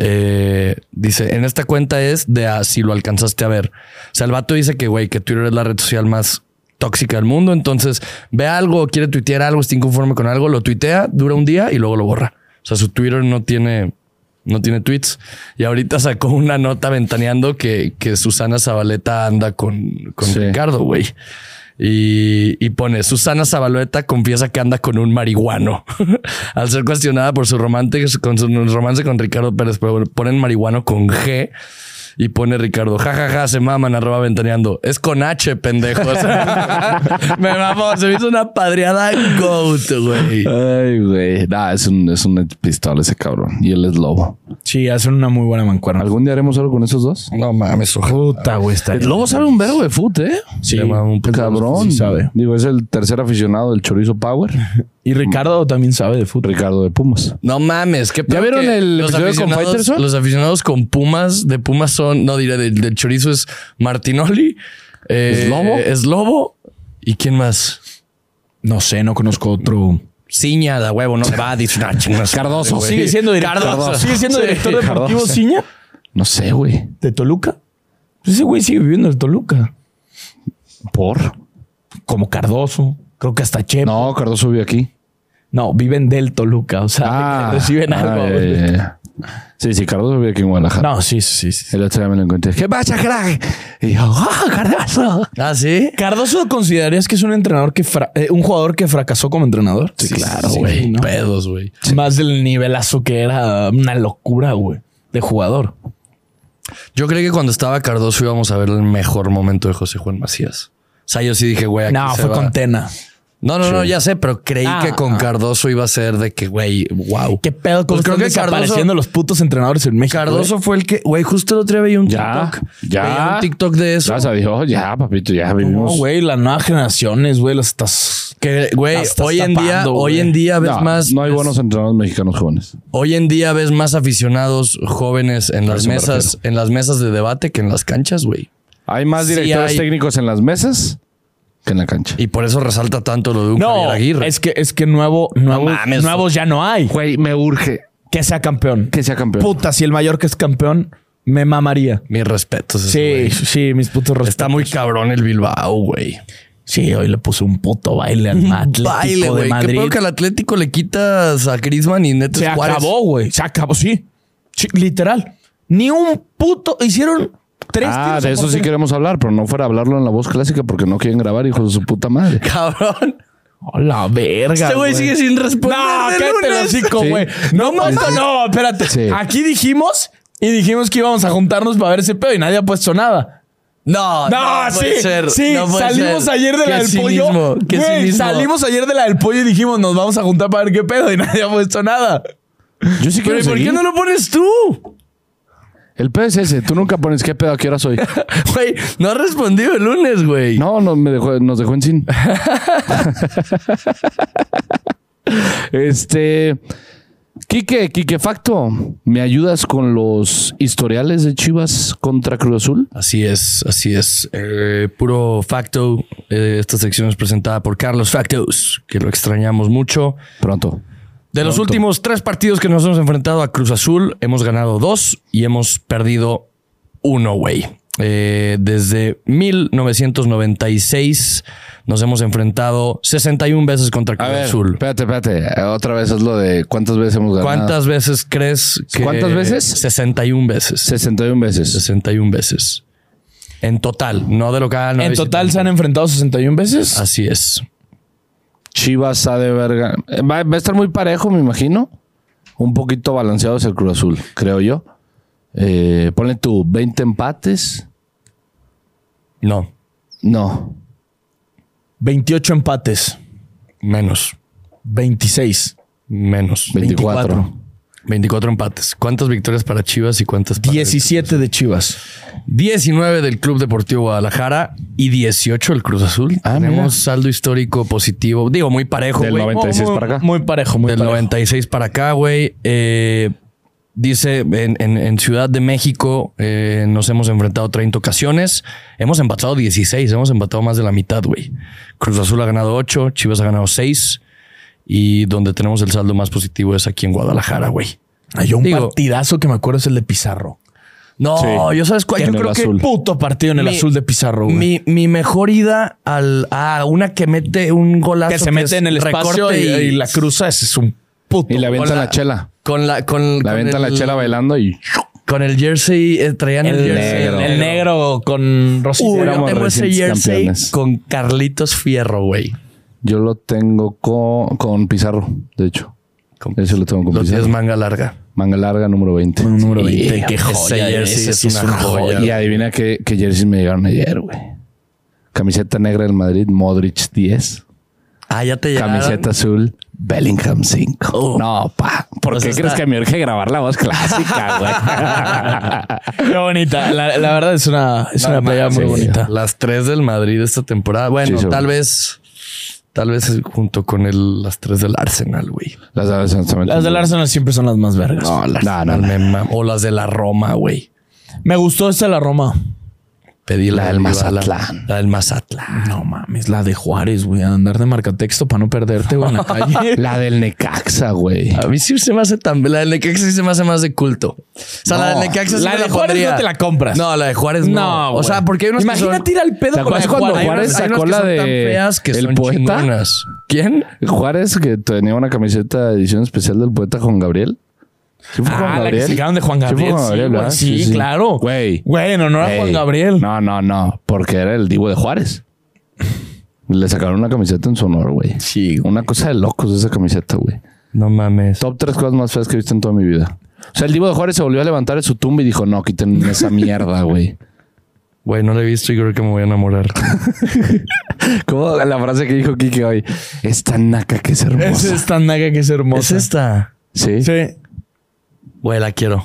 A: eh, dice, en esta cuenta es de a si lo alcanzaste a ver. O sea, el vato dice que, güey, que Twitter es la red social más tóxica del mundo. Entonces, ve algo, quiere tuitear algo, está inconforme con algo, lo tuitea, dura un día y luego lo borra. O sea, su Twitter no tiene... No tiene tweets. Y ahorita sacó una nota ventaneando que, que Susana Zabaleta anda con, con
C: Sí.
A: Ricardo, güey. Y, y pone, Susana Zabaleta confiesa que anda con un marihuano. Al ser cuestionada por su romance con, su romance con Ricardo Pérez, pero ponen marihuano con G. Y pone Ricardo, jajaja, se maman, arroba ventaneando. Es con H, pendejos. me mamó, se me hizo una padreada goat, güey.
C: Ay, güey. Nah, es un, es un pistola ese cabrón. Y él es lobo.
E: Sí, hacen una muy buena mancuerna.
C: ¿Algún día haremos algo con esos dos?
A: No mames, ojo.
E: Puta, güey.
C: El lobo sabe un verbo de foot, ¿eh?
E: Sí.
A: Le mama un puto-
C: Cabrón.
E: pues, sí sabe.
C: Digo, es el tercer aficionado del Chorizo Power.
E: Y Ricardo también sabe de fútbol.
C: Ricardo de Pumas.
A: No mames, qué pedo
C: vieron
A: que
C: el episodio con
A: aficionados-
C: Faitelson?
A: Los aficionados con Pumas de Pumas son, no diré, del, del chorizo es Martinoli. eh,
C: ¿Es Lobo?
A: Es Lobo. ¿Y quién más?
E: No sé, no conozco otro.
A: Ciña, da huevo, no va a
C: Cardoso.
E: ¿Sigue siendo director,
A: Cardoso.
E: ¿sigue siendo director deportivo
C: Cardoso.
E: Ciña?
C: No sé, güey.
E: ¿De Toluca? Pues ese güey sigue viviendo en Toluca.
C: ¿Por?
E: Como Cardoso. Creo que hasta Chepo. No,
C: No, Cardoso vive aquí.
E: viven del Toluca. O sea, que reciben
C: ah,
E: algo.
C: ya, ya, ya. Sí, sí, Cardoso vive aquí en Guadalajara.
E: No, sí, sí, sí. sí.
C: El otro día me lo encontré. ¿Qué pasa, crack? Y yo, ¡ah, Cardoso!
A: Ah, sí.
E: ¿Cardoso considerarías que es un entrenador que fra- eh, un jugador que fracasó como entrenador? Sí,
A: Sí,
E: Sí, ¿no?
A: Pedos, Ah, güey.
E: Más del nivelazo que era una locura, güey, de jugador.
A: Yo creí que cuando estaba Cardoso íbamos a ver el mejor momento de José Juan Macías. O sea, yo sí dije, güey, aquí
E: No,
A: se
E: fue
A: va.
E: con Tena.
A: No, no, no, ya sé, pero creí
E: Ah,
A: que con
E: ah.
A: Cardoso iba a ser de que, güey, wow.
E: ¿Qué pedo? ¿Cómo
A: Pues
E: están
A: creo que Cardoso-
E: desapareciendo los putos entrenadores en México?
A: Cardoso fue el que, güey, justo el otro día veía un
C: Ya,
A: TikTok.
C: ya.
A: Veía un TikTok de eso.
C: Gracias a Dios, ya, papito, ya
E: güey? No,
C: vivimos.
E: güey, las nuevas generaciones, güey, las estás...
A: Que, güey,
E: La estás
A: hoy en día,
E: tapando,
A: hoy
E: güey.
A: en día ves
C: No,
A: más.
C: no hay
A: ves-
C: buenos entrenadores mexicanos jóvenes.
A: Hoy en día ves más aficionados jóvenes en las
C: eso me
A: mesas, en las mesas de debate que en las canchas, güey.
C: Hay más
A: Sí
C: directores
A: hay.
C: técnicos en las mesas que en la cancha.
A: Y por eso resalta tanto lo de un Javier
B: No,
A: Aguirre.
B: es que, es que nuevo, nuevo-
A: mames.
B: nuevos ya no hay.
C: Güey, me urge
B: Que sea campeón.
C: que sea campeón.
B: Puta, si el mayor que es campeón, me mamaría.
A: Mis respetos. ese
B: Sí,
A: güey.
B: sí, mis putos respetos.
A: Está muy cabrón el Bilbao, güey.
B: Sí, hoy le puse un puto baile al Atlético
A: Baile,
B: de
A: güey. Qué
B: Madrid.
A: pedo que al Atlético le quitas a Griezmann y Neto
B: Se
A: Suárez.
B: acabó, güey. Se acabó, sí. Sí, Literal. Ni un puto. Hicieron tres
C: Ah,
B: tiros
C: de
B: a
C: eso sí
B: portería.
C: queremos hablar, pero no fuera a hablarlo en la voz clásica porque no quieren grabar, hijos de su puta madre.
A: Cabrón.
B: A la verga.
A: Este güey sigue sin responder.
B: No,
A: de
B: cállate el
A: lunes.
B: hocico,
C: Sí.
B: güey. No, no, no, no, espérate.
C: Sí.
B: Aquí dijimos y dijimos que íbamos a juntarnos para ver ese pedo y nadie ha puesto nada.
A: No,
B: No,
A: no
B: sí,
A: puede ser,
B: sí.
A: no puede
B: salimos
A: ser.
B: ayer de la
A: Qué
B: del
A: cinismo,
B: pollo.
A: qué
B: Güey,
A: cinismo.
B: salimos ayer de la del pollo y dijimos, nos vamos a juntar para ver qué pedo y nadie ha puesto nada.
C: Yo sí
A: Pero
C: quiero
A: ¿y por
C: seguir.
A: qué no lo pones tú?
C: El PSS, tú nunca pones qué pedo a qué hora soy.
A: Güey, no has respondido el lunes, güey.
C: No, no me dejó, nos dejó en sin. este. Quique, Quique Facto, ¿me ayudas con los historiales de Chivas contra Cruz Azul?
A: Así es, así es. Eh, puro facto. eh, esta sección es presentada por Carlos Factos, que lo extrañamos mucho.
C: Pronto.
A: De los últimos tres partidos que nos hemos enfrentado a Cruz Azul, hemos ganado dos y hemos perdido uno, güey. Eh, desde 1996 nos hemos enfrentado 61 veces contra Cruz Azul.
C: espérate, espérate. Otra vez es lo de cuántas veces hemos ganado.
A: ¿Cuántas veces crees que...
C: ¿Cuántas veces?
A: 61 veces.
C: 61 veces.
A: 61 veces. En total, no de local. No de
B: En total se
A: visitante.
B: han enfrentado 61 veces.
A: Así es.
C: Chivas ha de verga. Va, va a estar muy parejo, me imagino. Un poquito balanceado es el Cruz Azul, creo yo. Eh, ponle tú 20 empates.
A: No,
C: No.
B: 28 empates.
A: menos.
B: 26.
A: Menos.
C: 24.
A: 24 empates. ¿Cuántas victorias para Chivas y cuántas para
B: 17 de Chivas.
A: 19 del Club Deportivo Guadalajara y 18 del Cruz Azul.
C: Ah,
A: Tenemos
C: mira.
A: saldo histórico positivo. Digo, muy parejo,
C: Del
A: güey.
C: 96
B: Muy-
C: para acá.
B: Muy parejo, muy
A: Del
B: parejo.
A: 96 para acá, güey. Eh, dice, en, en- en Ciudad de México eh, nos hemos enfrentado 30 ocasiones. Hemos empatado 16, hemos empatado más de la mitad, güey. Cruz Azul ha ganado 8, Chivas ha ganado 6. Y donde tenemos el saldo más positivo es aquí en Guadalajara, güey.
B: Hay un
A: Digo-
B: partidazo que me acuerdo es el de Pizarro.
A: No, yo sabes cuál. Yo
C: En el
A: creo que
C: azul.
B: Puto partido en el
A: Mi-
B: azul de Pizarro, güey.
A: Mi, mi mejor ida al, a una que mete un golazo.
B: que se mete
A: es
B: en el espacio
A: recorte
B: y, y la cruza. Ese es un puto.
C: Y le avientan
A: Hola.
C: la chela.
A: Con la, con,
C: Le
A: con
C: avientan
A: el-
C: la chela bailando y
A: Con el jersey, eh, traían el,
B: el,
A: jersey.
C: negro.
B: el negro con
A: Uy,
B: Rosita.
A: yo
C: éramos
A: tengo ese
C: recientes
A: jersey
C: campeones.
A: con Carlitos Fierro, güey.
C: yo lo tengo con, con Pizarro, de hecho.
A: Con-
C: Ese lo tengo con
A: Lo
C: Pizarro.
A: tienes manga larga.
C: Manga larga número 20.
B: número 20.
A: Ese
B: Qué joya.
A: jersey
B: Ese sí
A: es una joya.
C: Y adivina qué, qué jerseys me llegaron ayer, güey. Camiseta negra del Madrid, Modric 10.
A: Ah, ya te llegaron.
C: Camiseta azul, Bellingham 5.
A: Oh.
C: No, pa. ¿Por
A: Pues
C: qué
A: está-
C: crees que me urge grabar la voz clásica, güey?
B: Qué bonita. La, la verdad es una, es una playa muy
C: sí.
B: bonita.
A: Las tres del Madrid esta temporada. Bueno,
C: Sí, sí.
A: tal vez. Tal vez junto con el, las tres del Arsenal, güey.
C: Las de Arsenal.
B: Las del Arsenal siempre son las más vergas.
C: No, las- no, no,
A: Al
C: no.
A: Mema- O las de la Roma, güey.
B: Me gustó esta de la Roma.
A: Pedí la,
C: La
A: de
C: del
A: Dybala,
C: Mazatlán.
A: La del Mazatlán.
B: No mames, la de Juárez, güey. Andar de marcatexto para no perderte, güey, en la calle.
C: La del Necaxa, güey.
A: A mí sí se me hace tan. La del Necaxa sí se me hace más de culto. O sea, la del
C: No.
A: Necaxa sí
B: La
A: me
B: de Juárez
A: pondría.
B: no te la compras.
A: No, la de Juárez no.
B: No,
A: o sea,
B: güey.
A: porque hay unas
B: Imagínate
A: que
B: ir
A: son,
B: al pedo
C: ¿Te
B: con la
C: acuerdas
B: de
C: cuando
B: Juárez.
C: Juárez
A: hay unas
C: sacó
A: que
C: la
A: son tan
C: de
A: feas que
C: El
A: son
C: Poeta?
A: chingonas. ¿Quién?
C: Juárez, que tenía una camiseta de edición especial del poeta Juan Gabriel. ¿Sí fue Juan
B: Ah, la que
C: Gabriel?
B: se quedaron de Juan
C: Sí fue
B: Gabriel. Sí, güey,
C: ¿verdad?
B: sí, claro.
C: Güey.
B: Güey, en honor a Juan
C: Ey,
B: Gabriel.
C: No, no, no. Porque era el divo de Juárez. Le sacaron una camiseta en su honor, güey.
B: Sí,
C: Una cosa de locos esa camiseta, güey.
A: No mames.
C: Top tres cosas más feas que he visto en toda mi vida. O sea, el divo de Juárez se volvió a levantar de su tumba y dijo, no, quiten esa mierda, güey.
A: Güey, no la he visto y creo que me voy a enamorar.
C: Como la frase que dijo Kike hoy. Esta naca que es
B: Esa
C: hermosa.
B: es tan naga que es
A: ¿Es
B: hermosa.
A: esta?
C: Sí,
B: Sí,
A: Güey, la quiero.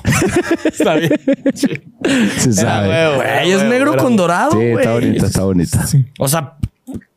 B: está bien.
C: se sabe.
A: Güey, es negro con dorado.
C: Sí, está
A: güey.
C: bonita, está bonita.
A: O sea,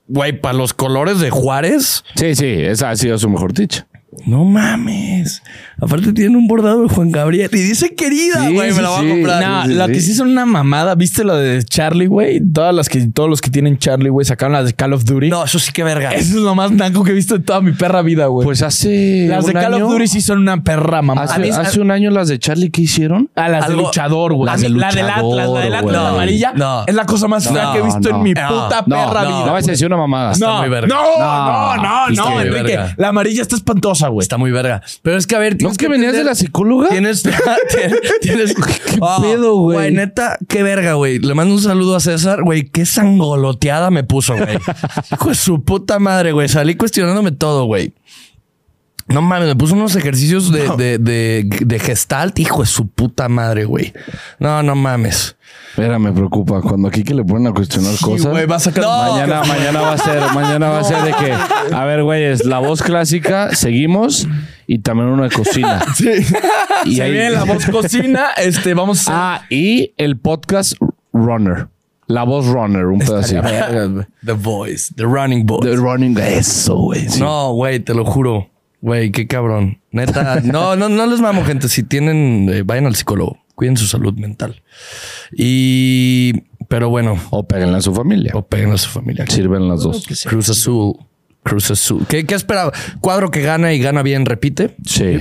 A: güey, para los colores de Juárez.
C: Sí, sí, esa ha sido su mejor dicha.
A: No mames. Aparte tiene un bordado de Juan Gabriel y dice querida,
C: Sí,
A: güey,
C: sí,
A: me la voy
C: sí.
A: a comprar.
C: Nah,
B: No,
C: Sí, sí,
B: la
C: sí.
B: que sí son una mamada. ¿Viste la de Charlie, güey? Todas las que, todos los que tienen Charlie, güey, sacaron la de Call of Duty.
A: No, eso sí que verga.
B: Eso es lo más naco que he visto en toda mi perra vida, güey.
C: Pues hace.
B: las de
C: un
B: Call
C: año-
B: of Duty sí son una perra mamada.
C: Hace, hace un año las de Charlie que hicieron.
B: A las de
A: Algo-
B: luchador, güey.
A: a
B: Las de
A: mí-
B: la del Atlas, la del
C: luchador,
B: Atlas
A: güey.
B: amarilla.
A: No.
B: Es la cosa más fea que he visto
C: no.
B: en mi
A: No,
B: puta
C: No,
B: perra
C: no,
B: vida.
C: no, vas a decir una mamada.
A: Está
B: No,
A: muy
B: no,
A: verga.
B: no, no,
A: Está
B: no,
A: muy
B: Enrique.
A: verga.
B: La amarilla está espantosa, güey.
A: Está muy verga. Pero es que a ver,
C: ¿No
A: tienes
C: es que venías de
A: entender-
C: la psicóloga?
A: Tienes, tienes, tienes- Ah,
C: qué pedo, güey?
A: neta, qué verga, güey. Le mando un saludo a César, güey. Qué sangoloteada me puso, güey. Hijo de su puta madre, güey. Salí cuestionándome todo, güey. No mames, me puso unos ejercicios de, de, de, de gestalt, hijo de su puta madre, güey. No, no mames.
C: Mira, me preocupa. Cuando aquí que le ponen a cuestionar cosas.
B: güey, va a sacar-
A: No.
C: Mañana, mañana va a ser, mañana va a ser de que, a ver, güeyes, la voz clásica, seguimos y también una de cocina. Sí. Y
B: Se
C: ahí-
B: viene la voz cocina. Este, vamos a hacer-
C: Ah, y el podcast Runner. La voz Runner, un pedacito.
A: The Voice, The Running Boy.
C: The Running, eso, güey. sí.
A: No, güey, te lo juro. Güey, qué cabrón. Neta, no, no, no les mamo, gente. Si tienen, eh, vayan al psicólogo. Cuiden su salud mental. Y, pero bueno,
C: O péguenla a su familia.
A: o peguen a su familia.
C: Sirven las dos.
A: Cruz Azul. Cruz Azul. ¿Qué, qué esperaba? Cuadro que gana y gana bien, repite.
C: Sí.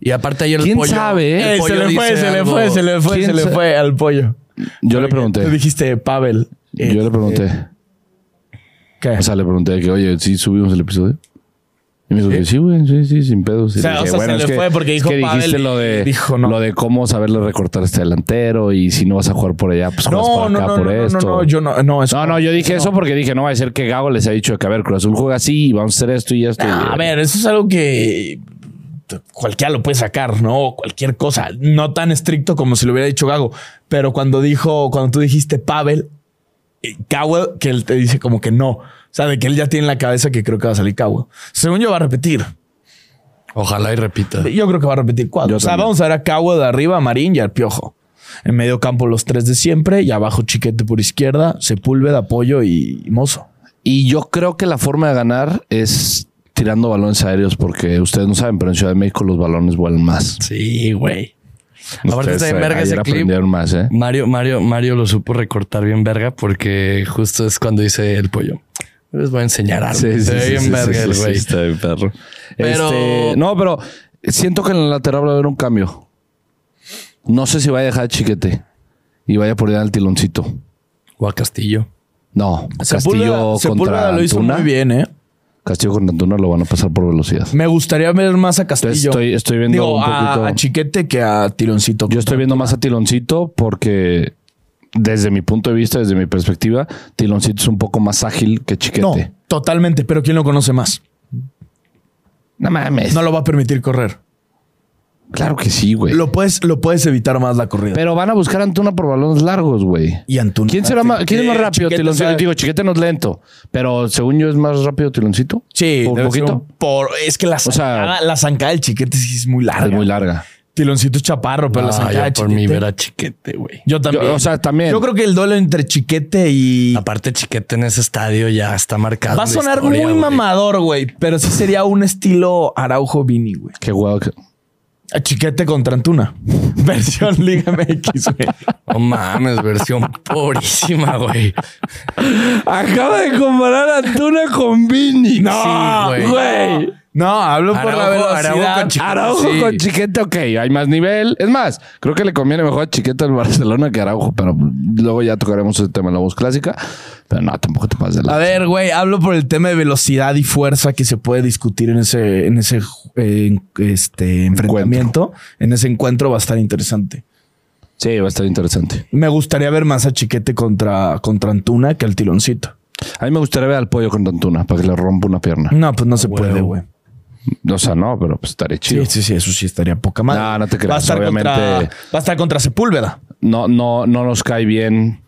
A: Y aparte ayer el
C: ¿Quién
A: pollo-
C: sabe, eh?
A: el
B: Eh, se
A: pollo
B: le fue,
A: dice
B: se le
A: algo-
B: fue, se le fue,
C: ¿Quién
B: se le
C: sa-
B: fue al pollo.
C: Yo le
B: Tú
C: pregunté.
B: dijiste, Pavel. eh,
C: Yo le pregunté.
B: ¿Qué?
C: O sea, le pregunté que, oye, ¿sí subimos el episodio? Y me dijo que sí, güey, sí, sí, sin pedos. Y
B: O sea,
C: le
B: o sea, se le
C: que-
B: fue porque
C: es
B: dijo
C: que dijiste
B: Pavel
C: lo de,
B: y dijo no.
C: lo de cómo saberle recortar este delantero y si no vas a jugar por allá, pues juegas
B: No,
C: para
B: no,
C: acá
B: no, no,
C: por
B: no,
C: esto.
B: no, no, yo no, no, eso
C: No,
B: no.
C: no, yo dije eso porque dije, no va a ser que Gago les ha dicho que, a ver, Cruz Azul juega así y vamos a hacer esto y esto.
B: Ah, A ver, eso es algo que cualquiera lo puede sacar, ¿no? Cualquier cosa. No tan estricto como si lo hubiera dicho Gago. Pero cuando dijo, cuando tú dijiste Pavel, eh, Cowell, que él te dice como que no. O sea, de que él ya tiene en la cabeza que creo que va a salir Cowell. Según yo va a repetir.
A: Ojalá y repita.
B: Yo creo que va a repetir cuatro.
C: Yo
B: o sea,
C: también.
B: vamos a ver a Cowell de arriba, a Marín y al Piojo. En medio campo los tres de siempre y abajo Chiquete por izquierda, Sepúlveda, Apoyo y Mozo.
C: Y yo creo que la forma de ganar es tirando balones aéreos porque ustedes no saben, pero en Ciudad de México los balones vuelan más.
A: Sí, güey. Aparte
C: Ustedes,
A: está bien
C: eh,
A: verga
C: ayer
A: ese clip.
C: aprendieron más, ¿eh?
A: Mario, Mario, Mario lo supo recortar bien verga porque justo es cuando dice el pollo. Les voy a enseñar algo. Se ve bien verga el güey.
C: está bien perro.
A: Pero-
C: Este, no, pero siento que en la lateral va a haber un cambio. No sé si vaya a dejar a chiquete y vaya por allá al tiloncito.
A: o a Castillo.
C: No, Castillo
B: Sepúlveda- Sepúlveda
C: contra
B: lo hizo
C: Antuna.
B: muy bien, ¿eh?
C: Castillo contra Antuna lo van a pasar por velocidad.
B: Me gustaría ver más a Castillo.
C: Estoy- estoy viendo
B: Digo,
C: un
B: a-
C: poquito-
B: A, Chiquete que a Tironcito.
C: Yo estoy viendo más a Tiloncito porque desde mi punto de vista, desde mi perspectiva, Tiloncito es un poco más ágil que
B: No,
C: Chiquete.
B: totalmente, pero ¿quién lo conoce más?
C: No, mames.
B: No lo va a permitir correr.
C: Claro que sí, güey.
B: Lo puedes, lo puedes evitar más la corrida.
C: Pero van a buscar a Antuna por balones largos, güey.
B: y Antuna.
C: ¿Quién será más, quién es más
B: Eh,
C: rápido?
B: Chiquete,
C: Tiloncito.
B: o sea,
C: Digo, Chiquete no es lento, pero según yo es más rápido Tiloncito.
B: Sí,
C: Por
B: debe ser
C: poquito.
B: un- por, es que la
C: sea-
B: zancada, la zancada del Chiquete sí es muy larga.
C: Es muy larga.
B: Tiloncito es chaparro, pero la
A: Ah,
B: zancada
A: yo
B: de
A: por
B: Chiquete-
A: mí ver a Chiquete, güey.
B: Yo también.
C: Yo- o sea, también.
B: Yo creo que el duelo entre Chiquete y.
A: Aparte, Chiquete en ese estadio ya está marcado.
B: Va a
A: en la
B: sonar
A: historia,
B: muy
A: güey.
B: mamador, güey, pero sí sería un estilo Araujo Vini, güey.
C: Qué guau. que-
B: A Chiquete contra Antuna. Versión Liga MX, güey.
A: No mames, versión pobrísima, güey.
B: Acaba de comparar a Antuna con Vini. No,
A: Sí, güey.
B: güey. No, hablo por la
A: Araujo- Araujo
B: velocidad.
A: con Chiquete,
C: Araujo
A: sí.
C: con Chiquete, ok, hay más nivel. Es más, creo que le conviene mejor a Chiquete al Barcelona que a Araujo, pero luego ya tocaremos ese tema en la voz clásica. Pero no, tampoco te pases de
B: A
C: la.
B: ver, güey, hablo por el tema de velocidad y fuerza que se puede discutir en ese, en ese eh, en- este, enfrentamiento. En ese encuentro va a estar interesante.
C: Sí, va a estar interesante.
B: Me gustaría ver más a Chiquete contra, contra Antuna que al tiloncito.
C: A mí me gustaría ver al pollo con Antuna para que le rompa una pierna.
B: No, pues no se puede,
A: huevo.
B: güey.
C: O sea, no, pero pues estaría chido.
B: Mm. Sí, sí, sí, eso sí estaría poca madre.
C: No, no te creas,
B: Va a estar, contra,
C: obviamente.
B: va a estar contra Sepúlveda.
C: No, no, no nos cae bien.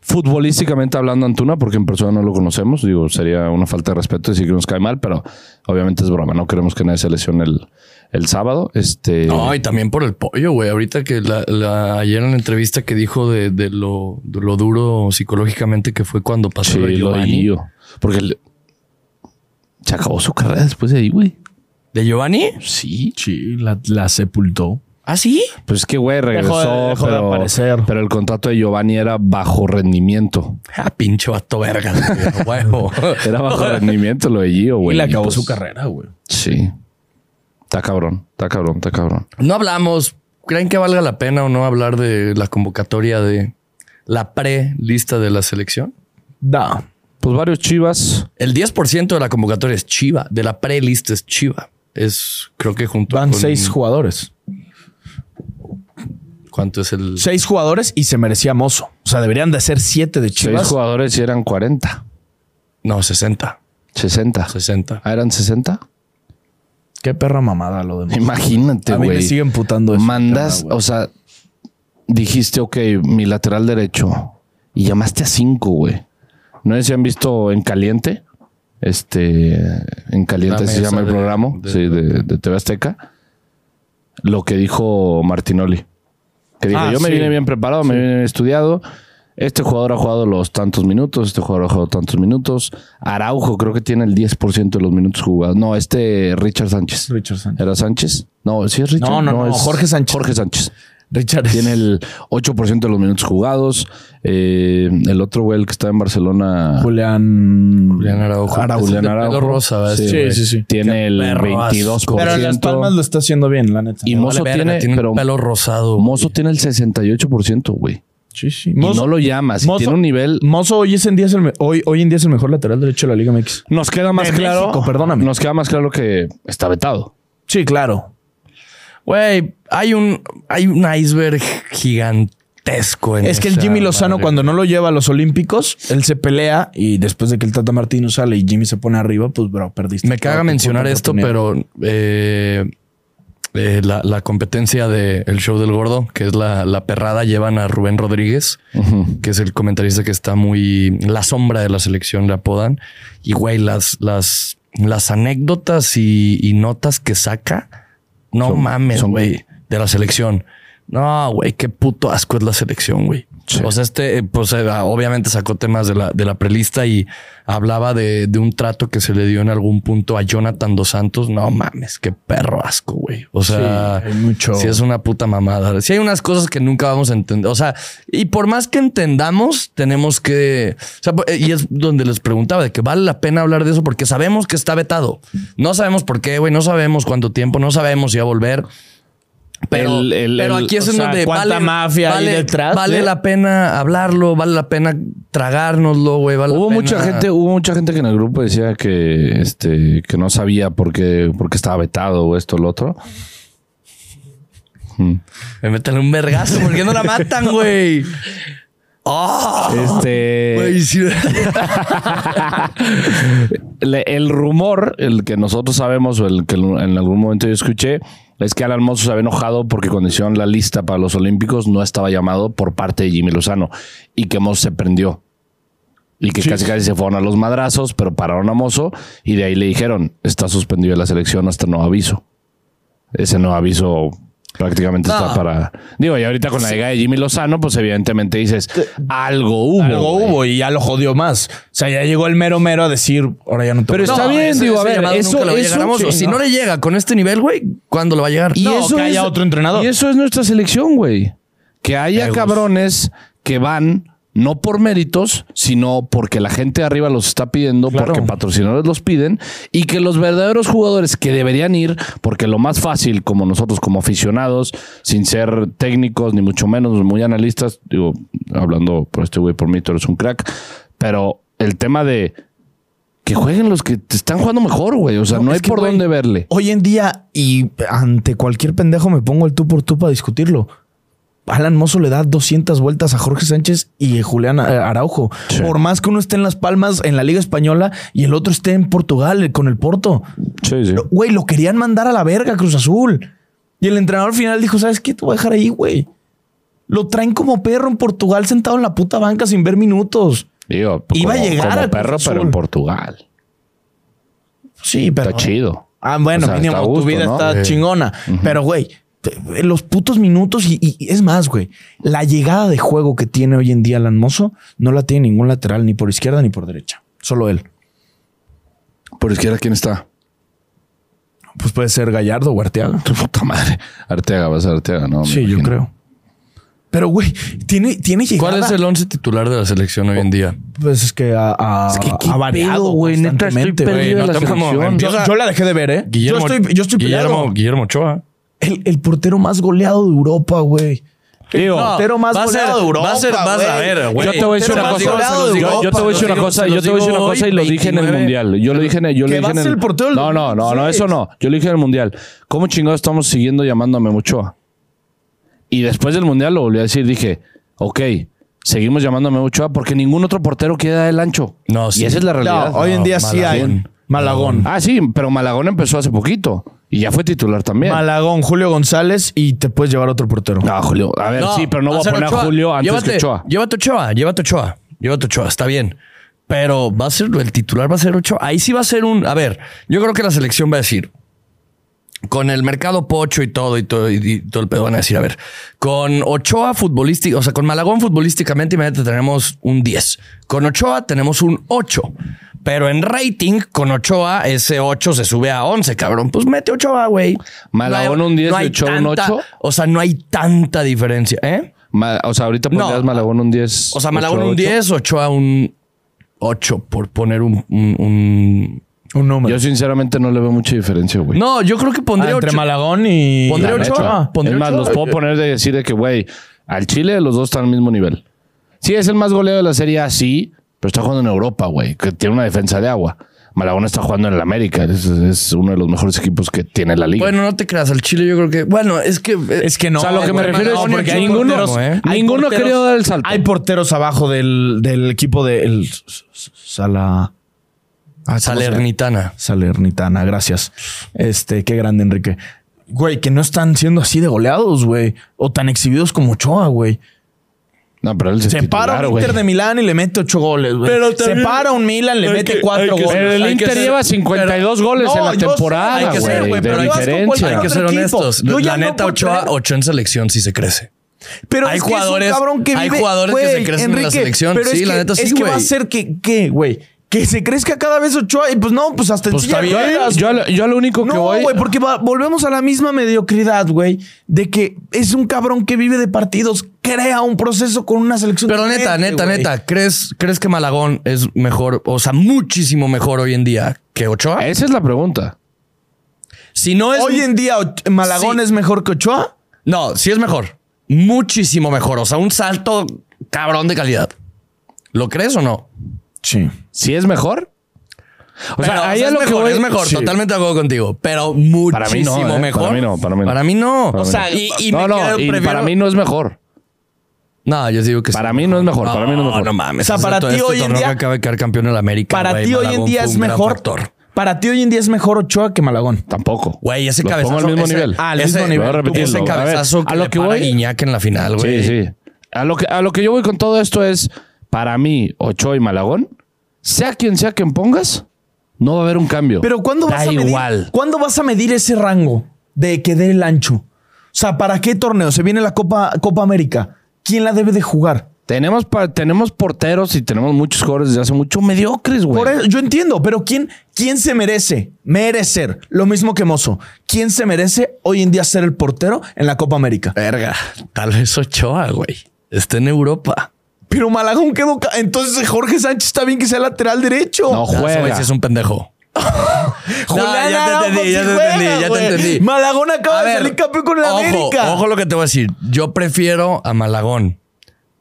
C: Futbolísticamente hablando, Antuna, porque en persona no lo conocemos, digo, sería una falta de respeto decir que nos cae mal, pero obviamente es broma. No queremos que nadie se lesione el, el sábado. Este.
A: No, y también por el pollo, güey. Ahorita que la, la- ayer en la entrevista que dijo de, de lo, de lo duro psicológicamente que fue cuando pasó
C: Sí,
A: lo de
C: lo de
A: Giovanni.
C: Gio. Porque el- se acabó su carrera después de ahí, güey.
A: ¿De Giovanni?
C: Sí.
B: Sí, la, la sepultó.
A: ¿Ah, sí?
C: Pues es que, güey, regresó,
B: Dejó de- dejó de
C: pero,
B: aparecer.
C: pero el contrato de Giovanni era bajo rendimiento.
A: Ah, pinche vato verga. güey, huevo.
C: Era bajo rendimiento lo de Gio,
B: y
C: güey.
B: le acabó
C: pues,
B: su carrera, güey.
C: Sí. Está cabrón, está cabrón, está cabrón.
A: No hablamos. ¿Creen que valga la pena o no hablar de la convocatoria de la pre-lista de la selección?
B: Da.
C: Pues varios chivas.
A: El 10% de la convocatoria es Chiva, de la pre-lista es Chiva. Es, creo que junto
B: Van
A: con-
B: seis jugadores.
A: ¿Cuánto es el...?
B: Seis jugadores y se merecía mozo. O sea, deberían de ser siete de
C: Seis
B: Chivas.
C: jugadores y eran 40,
A: No, 60.
C: 60.
A: 60.
C: Ah, eran 60.
B: Qué perra mamada lo de mozo.
C: Imagínate,
B: A mí
C: güey.
B: me siguen putando eso.
C: Mandas,
B: Tema, güey.
C: o sea, dijiste, ok, mi lateral derecho. Y llamaste a cinco, güey. No sé si han visto En Caliente. Este, En Caliente
A: La
C: se
A: mesa
C: llama el
A: de-
C: programa.
A: de-
C: sí, de, de TV Azteca. Lo que dijo Martinoli. Que dijo,
B: Ah,
C: yo me
B: sí.
C: vine bien preparado, me vine bien estudiado. Este jugador ha jugado los tantos minutos, este jugador ha jugado tantos minutos. Araujo creo que tiene el 10% de los minutos jugados. No, este Richard Sánchez.
B: Richard Sánchez.
C: ¿Era Sánchez? No, sí es Richard.
B: No, no, no,
C: es
B: Jorge Sánchez.
C: Jorge Sánchez.
B: Richard es-
C: Tiene el 8% de los minutos jugados. Eh, el otro güey, el que está en Barcelona,
B: Julián.
A: Julián Araujo.
C: Araujo.
A: Es el de
C: Julián
A: pelo
C: Araujo.
A: rosa, ¿verdad?
C: Sí,
A: Este güey.
B: sí, sí.
C: tiene el
A: perro asco.
C: 22%.
B: Pero en Las Palmas lo está haciendo bien, la neta.
C: y
A: Me
C: Mozo
A: vale verga,
C: tiene,
A: tiene
C: pero
A: un pelo rosado. güey.
C: Mozo tiene el 68%, güey.
B: Sí, sí.
C: Y no lo llamas. y
B: Mozo-
C: tiene un nivel.
B: Mozo hoy, es en día es el me- hoy, hoy en día es el mejor lateral derecho de la Liga MX.
C: Nos queda más
B: De
C: claro.
B: México, perdóname.
C: Nos queda más claro que está vetado.
B: Sí, claro.
A: Güey, hay un, hay un iceberg gigantesco en
B: Es que el
A: esa
B: Jimmy Lozano,
A: madre.
B: cuando no lo lleva a los Olímpicos, él se pelea y después de que el Tata Martino sale y Jimmy se pone arriba, pues, bro, perdiste.
A: Me
B: toda
A: caga
B: tu
A: mencionar
B: puta
A: esto,
B: oportunidad.
A: pero eh, eh, la, la competencia del el show del gordo, que es la, la perrada, llevan a Rubén Rodríguez, que es el comentarista que está muy la sombra de la selección, le apodan. Y güey, las, las, las anécdotas y, y notas que saca, no
C: Son-
A: mames,
C: son-
A: güey, de la selección. No, güey, qué puto asco es la selección, güey.
C: Sí.
A: O sea, este, eh, pues eh, obviamente sacó temas de la, de la prelista y hablaba de, de un trato que se le dio en algún punto a Jonathan dos Santos. No mames, qué perro asco, güey. O sea,
B: Sí, hay mucho.
A: sí es una puta mamada. Sí hay unas cosas que nunca vamos a entender. O sea, y por más que entendamos, tenemos que... O sea, po- y es donde les preguntaba de que vale la pena hablar de eso porque sabemos que está vetado. No sabemos por qué, güey. No sabemos cuánto tiempo. No sabemos si va a volver. Pero,
C: El- el-
A: pero
C: el-
A: aquí es
B: o
A: en
B: sea,
A: donde
B: ¿cuánta
A: vale,
B: mafia hay
A: vale,
B: detrás
A: vale
B: de-
A: la pena hablarlo, vale la pena tragárnoslo, güey. vale la
C: Hubo
A: pena-
C: mucha gente, hubo mucha gente que en el grupo decía que este que no sabía por qué, por qué estaba vetado o esto o lo otro.
A: Me meten un vergazo. ¿Por qué no la matan, güey? Ah,
C: Este
A: Güey, sí.
C: le- el rumor, el que nosotros sabemos o el que en algún momento yo escuché, es que Alan Mozo se había enojado porque cuando hicieron la lista para los Olímpicos no estaba llamado por parte de Jimmy Lozano y que Mozo se prendió. Y que casi casi se fueron a los madrazos, pero pararon a Mozo y de ahí le dijeron, está suspendido de la selección hasta no aviso. Ese no aviso prácticamente
A: No.
C: está para... Digo, y ahorita con la llegada de Jimmy Lozano, pues evidentemente dices, algo hubo.
B: Algo
C: güey".
B: hubo y ya lo jodió más. O sea, ya llegó el mero mero a decir, ahora ya no te
C: Pero
B: voy a-
C: está
A: No,
C: bien,
A: ese-
C: digo, a
A: ese
C: ver,
A: llamado
C: eso-
A: nunca le va a llegar a
C: eso-
A: Mozo.
C: sí,
A: Si
C: no.
A: no le llega con este nivel, güey, ¿cuándo le va a llegar?
C: Y
A: No,
C: eso
B: que haya
C: es-
B: otro entrenador.
C: Y eso es nuestra selección, güey. Que haya
A: Egos.
C: cabrones que van no por méritos, sino porque la gente de arriba los está pidiendo,
B: Claro.
C: porque patrocinadores los piden, y que los verdaderos jugadores que deberían ir, porque lo más fácil, como nosotros como aficionados, sin ser técnicos, ni mucho menos muy analistas, digo, hablando por este güey, por mí, tú eres un crack, pero el tema de que jueguen los que te están jugando mejor, güey, o sea, no,
B: es
C: hay
B: que,
C: por
B: güey,
C: dónde verle.
B: Hoy en día, y ante cualquier pendejo me pongo el tú por tú para discutirlo. Alan Mozo le da 200 vueltas a Jorge Sánchez y Julián eh, Araujo.
C: Sí.
B: Por más que uno esté en Las Palmas, en la Liga Española, y el otro esté en Portugal eh, con el Porto.
C: Sí, sí.
B: Lo- Güey, lo querían mandar a la verga, Cruz Azul. Y el entrenador al final dijo, ¿sabes qué? Te voy a dejar ahí, güey. Lo traen como perro en Portugal sentado en la puta banca sin ver minutos.
C: Digo, pues
B: Iba
C: como-
B: a llegar
C: como
B: al Cruz
C: perro, pero
B: Azul.
C: en Portugal.
B: Sí, pero...
C: Está chido.
B: Ah, bueno,
C: O sea,
B: mínimo
C: está a
B: tu
C: gusto,
B: vida
C: ¿no?
B: está
A: Eh.
B: chingona. Pero, güey, te- los putos minutos y, y- y es más, güey, la llegada de juego que tiene hoy en día Alan Mozo no la tiene ningún lateral, ni por izquierda ni por derecha. Solo él.
C: Por izquierda, ¿quién está?
B: Pues puede ser Gallardo o Arteaga.
C: Tu puta madre. Arteaga, vas a Arteaga, ¿no? Ah, me
B: Sí, yo
C: imagino.
B: creo.
E: Pero, güey, tiene, tiene llegada.
A: ¿Cuál es el once titular de la selección
C: Oh.
A: hoy en día?
B: Pues es que ha, ha-
C: Es que qué
B: ha
C: pedo,
B: variado,
C: güey. Neta, estoy
B: constantemente, güey.
C: perdido
A: no
C: de la
A: te como-
C: selección.
A: empieza-
B: Yo, yo la dejé de ver, ¿eh?
A: Guillermo,
E: Yo estoy- yo estoy peleado.
A: Guillermo, Guillermo Ochoa.
B: El, el portero más goleado de Europa, güey.
C: Digo,
B: portero más
A: va a ser-
B: goleado de Europa,
A: Va a ser, vas a
B: güey.
A: ver, güey.
C: yo te voy a decir
A: Pero
C: una
A: más
C: cosa.
A: goleado
C: Yo-
A: de
C: yo,
A: Europa.
C: te voy a decir una
A: Se los
C: cosa.
A: digo-
C: Yo te voy a decir una
A: hoy,
C: cosa y lo dije en el
A: 29.
C: mundial. Yo lo dije en el. Yo lo
B: Que
C: dije
B: va
C: en
B: a ser el portero del
C: No, no, no, no,
B: 2026.
C: eso no. Yo lo dije en el mundial. ¿Cómo chingados estamos siguiendo llamando a Memochoa? Y después del mundial lo volví a decir. Dije, ok, seguimos llamando a Memochoa porque ningún otro portero quiere dar el ancho.
A: No, sí.
C: Y esa es la realidad.
B: No, hoy en
A: No,
B: día sí hay.
A: Malagón.
B: Malagón.
C: Ah, sí, pero Malagón empezó hace poquito y ya fue titular también.
B: Malagón, Julio González y te puedes llevar otro portero.
C: No, Julio. A ver, sí, pero no voy a
A: ser
C: poner
A: Ochoa.
C: a Julio antes
A: llévate,
C: que Ochoa.
A: Llévate Ochoa, llévate Ochoa, llévate Ochoa, está bien. Pero va a ser, el titular va a ser Ochoa. Ahí sí va a ser un. A ver, yo creo que la selección va a decir. Con el mercado pocho y todo, y todo, y, y todo el pedo van a decir, a ver, con Ochoa futbolística, o sea, con Malagón futbolísticamente inmediatamente tenemos un 10. Con Ochoa tenemos un 8. Pero en rating, con Ochoa, ese 8 se sube a 11, cabrón. Pues mete Ochoa, güey.
C: Malagón
A: No hay-
C: un 10 y
A: hay
C: Ochoa un
A: tanta-
C: 8.
A: O sea, no hay tanta diferencia, ¿eh?
C: Ma- o sea, ahorita
A: No.
C: pondrías Malagón un 10.
A: O sea, Malagón
C: ocho,
A: un
C: ocho.
A: 10, Ochoa un 8, por poner un. un- un-
B: Un número.
C: Yo sinceramente no le veo mucha diferencia, güey.
A: No, yo creo que
B: Ah,
A: pondría
B: entre
A: Ochoa.
B: Malagón y. Ah,
A: Pondré
C: La
B: Ochoa.
A: Ochoa.
C: neta.
A: pondría
C: Es más,
A: Ochoa.
C: los puedo poner de decir de que, güey, al Chile los dos están al mismo nivel. Sí, es el más goleado de la Serie A, sí, pero está jugando en Europa, güey, que tiene una defensa de agua. Malagón está jugando en el América, es, es uno de los mejores equipos que tiene la liga.
A: Bueno, no te creas, al Chile yo creo que. Bueno, es que.
B: Es que no.
C: o sea, lo que me
B: güey,
C: refiero es
B: porque
C: que
B: hay
C: ninguno,
B: porteros-
A: ¿eh?
B: hay
C: ninguno ha
B: porteros-
C: querido dar el salto.
B: Hay porteros abajo del, del equipo de el- Sala. Ah, ¿cómo se llama?
A: Salernitana.
B: Salernitana, gracias. Este, qué grande, Enrique. Güey, que no están siendo así de goleados, güey. O tan exhibidos como Ochoa, güey.
C: no, pero él se,
B: Se para un Inter de Milán y le mete ocho goles, güey.
A: Pero
B: Se
A: también-
B: para un Milan, le
A: Hay
B: mete
A: que-
B: cuatro
A: hay que-
B: goles.
C: Pero el
A: Hay que
C: Inter
A: ser-
C: lleva 52 goles
B: No,
C: en la
B: yo sé,
C: temporada,
A: Ah,
B: hay que ser,
C: güey.
B: güey,
C: De
B: pero ibas con
C: diferencia.
B: cualquier
A: Hay que ser
B: otro equipo.
A: honestos.
B: Yo ya
A: la
B: no
A: neta,
B: puedo
A: Ochoa,
B: creer.
A: Ochoa en selección sí se crece.
B: Pero
A: Hay
B: es que es un
A: jugadores-
B: cabrón que
A: hay
B: vive-
A: jugadores que se
B: güey,
A: crecen en la selección.
B: pero es
A: Sí,
B: que-
A: la neta, sí,
B: Es que va a
A: güey.
B: ser que, ¿qué, güey? Que se crezca cada vez Ochoa y pues no, pues hasta en
A: Pues
B: silla
A: está
B: de
A: bien.
B: ruedas,
C: Yo, a lo- yo a lo único que
B: No,
C: voy.
B: güey, porque va- volvemos a la misma mediocridad, güey, de que es un cabrón que vive de partidos, crea un proceso con una selección.
A: Pero neta,
B: diferente,
A: neta,
B: güey.
A: neta, ¿crees, ¿crees que Malagón es mejor, o sea, muchísimo mejor hoy en día que Ochoa?
C: Esa es la pregunta.
A: Si no es.
B: Hoy en día, Och- ¿Malagón
A: Sí.
B: es mejor que Ochoa?
A: No, sí es mejor. Muchísimo mejor. O sea, un salto cabrón de calidad. ¿Lo crees o no?
B: Sí.
C: Si es mejor. O
A: Pero,
C: sea, ahí es,
A: es
C: lo
A: mejor,
C: que voy.
A: es mejor,
C: Sí.
A: totalmente de acuerdo contigo, pero
C: Para mí no,
A: muchísimo
C: ¿eh?
A: mejor.
C: Para mí no, para mí no.
A: no.
C: Para
A: o
C: mí
A: sea,
C: no.
A: y, y
C: no,
A: me
C: no,
A: quedo-
C: y
A: prefiero-
C: para mí no es mejor.
A: No, yo digo que sí.
C: Para mí no es mejor, para mí no es mejor.
A: No mames.
B: O sea, para
A: todo
B: ti
A: este
B: hoy en
A: torneo
B: día-
A: que acaba de quedar campeón en la América.
B: Para
A: güey,
B: ti hoy en
A: Malagón
B: día
A: fue
B: es
A: un gran
B: mejor.
A: factor.
B: Para ti hoy en día es mejor Ochoa que Malagón.
C: Tampoco.
A: Güey, ese
C: Los pongo
A: cabezazo.
C: al mismo
A: ese-
C: nivel.
B: al
A: ese-
B: mismo nivel.
A: Voy a repetirlo. Ese
C: A ver,
A: cabezazo
C: a
A: que
C: lo
A: le
C: que
A: para
C: voy-
A: Guiñac en la final, güey.
C: Sí, sí. A lo, que, a lo que yo voy con todo esto es, para mí, Ochoa y Malagón, sea quien sea quien pongas, no va a haber un cambio.
B: Pero ¿cuándo
C: Da
B: vas a medir?
C: igual.
B: ¿Cuándo vas a medir ese rango de que dé el ancho? O sea, ¿para qué torneo? Se viene la Copa, Copa América. ¿Quién la debe de jugar?
C: Tenemos, pa- tenemos porteros y tenemos muchos jugadores desde hace mucho mediocres, güey.
B: Por eso- yo entiendo, pero ¿quién, ¿quién se merece? Merecer. Lo mismo que Mozo. ¿Quién se merece hoy en día ser el portero en la Copa América?
A: Verga. Tal vez Ochoa, güey. Está en Europa.
B: Pero Malagón quedó... ca- Entonces Jorge Sánchez está bien que sea lateral derecho.
C: No
A: Ah, ese güey
C: juega.
A: sí es un pendejo.
B: Julián Araujo sí juega, güey.
A: Malagón
B: Malagón acaba de salir campeón con el América.
A: Ojo lo que te voy a decir. Yo prefiero a Malagón.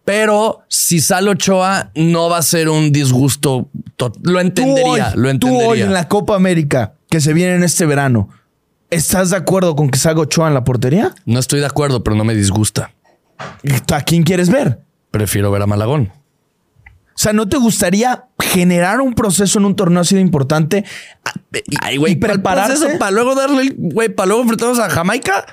A: Pero si sale Ochoa, no va a ser un disgusto. to- Lo entendería,
B: tú hoy,
A: lo entendería.
B: Tú hoy en la Copa América que se viene en este verano, ¿estás de acuerdo con que salga Ochoa en la portería?
A: No estoy de acuerdo, pero no me disgusta.
B: ¿A quién quieres ver?
A: Prefiero ver a Malagón.
B: O sea, ¿no te gustaría generar un proceso en un torneo así de importante?
A: Ay, güey,
B: Ah, ¿Y
A: ¿cuál
B: prepararse?
A: proceso? ¿Para luego darle, el- güey, para luego enfrentarnos a Jamaica?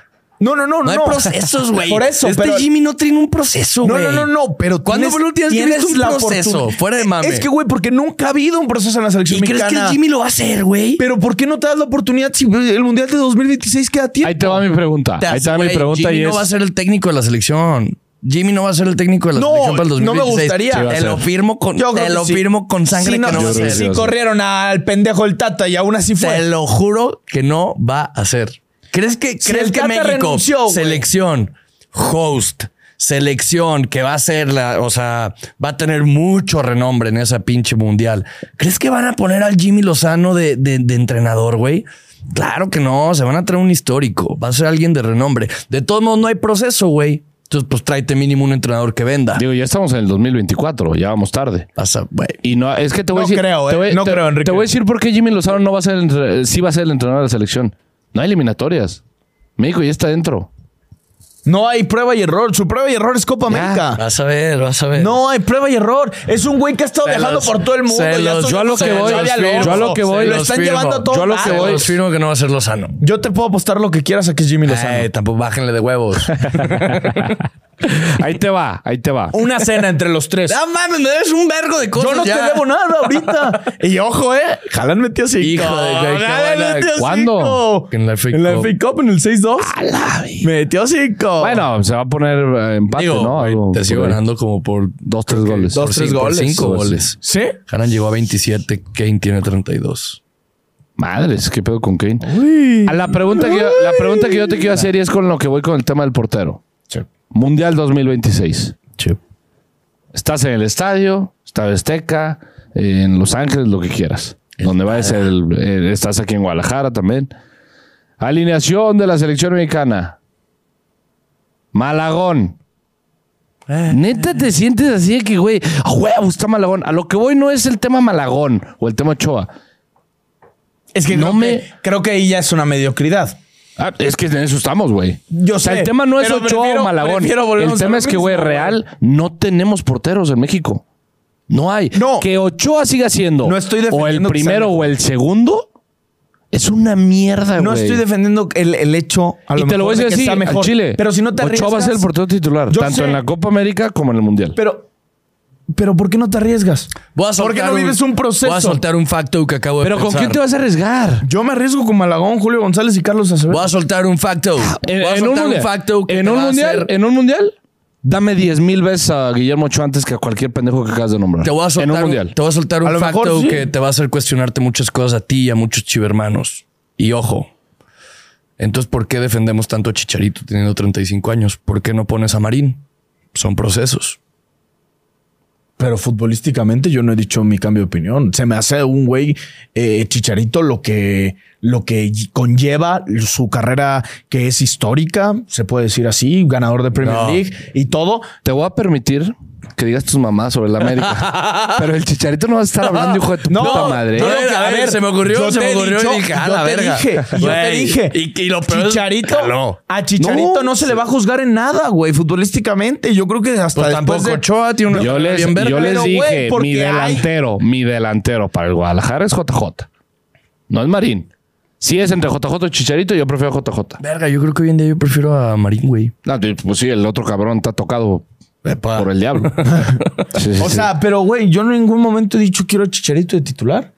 B: No, no, no, no.
A: No, hay procesos, güey.
B: Por eso,
A: Este
B: pero-
A: Jimmy no tiene un proceso,
B: No,
A: güey.
B: no, no, no, pero
A: ¿Cuándo
B: tienes,
A: fue la última vez que
B: tienes
A: viste un
B: la
A: proceso?
B: oportun-
A: Fuera de mame.
B: Es que, güey, porque nunca ha habido un proceso en la selección
A: ¿Y crees que el
B: mexicana.
A: Jimmy lo va a hacer, güey?
B: Pero ¿por qué no te das la oportunidad si el Mundial de 2026 queda tiempo?
C: Ahí te va mi pregunta.
A: Te
C: Ahí
A: hace,
C: te va mi
A: güey,
C: pregunta
A: Jimmy
C: y
A: no
C: es...
A: va a ser el técnico de la selección. Jimmy no va a ser el técnico de la
B: No,
A: selección para el
B: no me
A: 2026.
B: gustaría. Sí va
C: a
A: Te lo
C: ser.
A: firmo con,
B: Yo creo
A: te
B: que
A: lo
B: sí.
A: firmo con sangre
B: Sí, no,
A: que no va a
C: yo creo
A: ser.
C: que
B: sí
C: sí.
B: corrieron al pendejo el Tata y aún así
A: Te
B: fue.
A: lo juro que no va a ser. ¿Crees que,
B: Si
A: crees
B: el
A: que
B: Tata
A: México,
B: renunció, güey.
A: selección, host, selección que va a ser la, o sea, va a tener mucho renombre en esa pinche mundial? ¿Crees que van a poner al Jimmy Lozano de, de- de entrenador, güey? Claro que no, se van a traer un histórico, va a ser alguien de renombre. De todos modos, no hay proceso, güey. Entonces, pues tráete mínimo un entrenador que venda.
C: Digo, ya estamos en el 2024, ya vamos tarde.
A: Pasa, güey.
C: Y no, es que te voy
B: No
C: a decir.
B: creo,
C: te
B: ¿eh?
C: voy-
B: No
C: te-
B: creo, Enrique.
C: Te voy a decir por qué Jimmy Lozano no va a ser el, entre- sí va a ser el entrenador de la selección. No hay eliminatorias. México ya está dentro.
B: No hay prueba y error. Su prueba y error es Copa América.
A: Vas a ver, vas a ver.
B: No hay prueba y error. Es un güey que ha estado
A: Se
B: viajando
A: los-
B: por todo el mundo.
A: se
B: Ya
A: los-
B: son-
A: yo a lo
B: se
A: que
B: los
A: voy,
B: Xavi
A: los
B: Alonso.
A: yo a lo que voy,
B: Lo
A: los
B: están
A: firmo.
B: llevando a todo.
C: Yo a lo que
B: lado.
C: voy.
A: Os firmo que no va a ser Lozano.
B: Yo te puedo apostar lo que quieras a que es Jimmy Lozano.
A: Eh, tampoco bájenle de huevos.
C: Ahí te va, ahí te va.
B: Una cena entre los tres.
A: No mames, me debes un vergo de cosas.
B: Yo no
A: ya.
B: te debo nada ahorita. Y ojo, eh. Jalan metió así.
A: Hijo de güey, qué buena-
C: ¿Cuándo?
A: En la FA
B: En la
A: Cup.
B: FA Cup, en el 6-2. Metió cinco.
C: Bueno, se va a poner eh, empate,
A: Digo,
C: ¿no?
A: güey,
C: Algo
A: te sigo
C: por ahí.
A: ganando como por
C: Dos, tres goles.
A: por
B: Dos, tres
A: cinco-
B: goles.
A: Cinco
C: Dos,
A: goles.
B: ¿Sí?
A: Haran llegó a 27, Kane tiene 32.
C: Madres, qué pedo con Kane. A la pregunta, que yo, la pregunta que yo te quiero hacer y es con lo que voy con el tema del portero. Mundial 2026. Estás en el estadio, está Azteca, en Los Ángeles, lo que quieras. Donde va a ser el- eh, estás aquí en Guadalajara también. Alineación de la selección mexicana. Malagón. Neta, te sientes así de que, güey, a huevo, está Malagón. A lo que voy no es el tema Malagón o el tema Ochoa.
B: Es que,
C: No
B: creo
C: me-
B: que creo que ahí ya es una mediocridad.
C: Ah, es que en eso estamos, güey.
B: Yo
C: O sea,
B: sé,
C: el tema no es
B: pero
C: Ochoa
B: prefiero-
C: o Malagón.
B: prefiero volvemos a
C: El
B: lo
C: tema es que, güey,
B: mismo, güey.
C: real, no tenemos porteros en México. No hay.
B: No.
C: Que Ochoa siga siendo
B: No estoy
C: o el
B: defendiendo que
C: primero
B: sea
C: o el segundo es una mierda, güey.
B: No estoy defendiendo el, el hecho a lo
C: Y te
B: mejor
C: lo voy a
B: de
C: decir
B: que
C: así,
B: sea
C: al
B: mejor.
C: Chile.
B: Pero si no te arriesgas.
C: Ochoa va a ser el portero titular,
B: Yo
C: tanto
B: sé.
C: en la Copa América como en el Mundial.
B: Pero, pero ¿por qué no te arriesgas?
A: Voy a
B: ¿Por qué
A: soltar
B: no
A: un-
B: vives un proceso?
A: Voy a soltar un facto que acabo de
C: Pero ¿con
A: pensar.
C: quién te vas a arriesgar?
B: Yo me arriesgo con Malagón, Julio González y Carlos Acevedo.
A: Voy a soltar un facto.
C: En,
A: voy a
C: en
A: soltar
C: un
A: un,
C: mundial,
A: facto que
C: en,
A: te
C: un
A: va a
C: mundial
A: hacer-
C: en un mundial, dame 10 mil veces a Guillermo Ochoa antes que a cualquier pendejo que acabas de nombrar.
A: Te voy a soltar
C: en un
A: un,
C: mundial.
A: te voy a soltar
B: A
A: un
B: lo mejor
A: facto
B: sí.
A: que te va a hacer cuestionarte muchas cosas a ti y a muchos chivermanos. Y ojo. Entonces, ¿por qué defendemos tanto a Chicharito teniendo 35 años? ¿Por qué no pones a Marín? Son procesos.
B: Pero futbolísticamente yo no he dicho mi cambio de opinión. Se me hace un güey eh, chicharito lo que, lo que conlleva su carrera que es histórica, se puede decir así, ganador de Premier
A: No.
B: League y todo.
C: Te voy a permitir que digas tus mamás sobre la América. pero el chicharito no va a estar hablando, hijo de tu puta madre.
A: no,
B: yo lo que-
A: A ver, se me ocurrió,
B: yo
A: se
B: te
A: me
B: he
A: ocurrió y
B: dicho,
A: dije, ah,
B: yo
A: la
B: te
A: verga.
B: dije, yo te
A: Güey,
B: dije.
A: y- y lo peor es-
B: Chicharito,
A: Jaló.
B: a Chicharito no,
C: No,
B: se le va a juzgar en nada, güey, futbolísticamente. Yo creo que hasta
A: Pues
B: después
A: tampoco
B: de...
A: Ochoa tiene una
C: yo
A: carrera
C: les,
A: bien verga.
C: yo les
B: pero, güey,
C: dije,
B: porque
C: mi
B: hay-
C: delantero, mi delantero para el Guadalajara es JJ. No es Marín. Si es entre JJ y Chicharito, yo prefiero JJ.
A: Verga, yo creo que hoy en día yo prefiero a Marín, güey.
C: No, pues sí, el otro cabrón está tocado
A: Epa.
C: por el diablo. Sí, sí,
B: O
C: sí.
B: sea, pero güey, yo en ningún momento he dicho quiero a Chicharito de titular.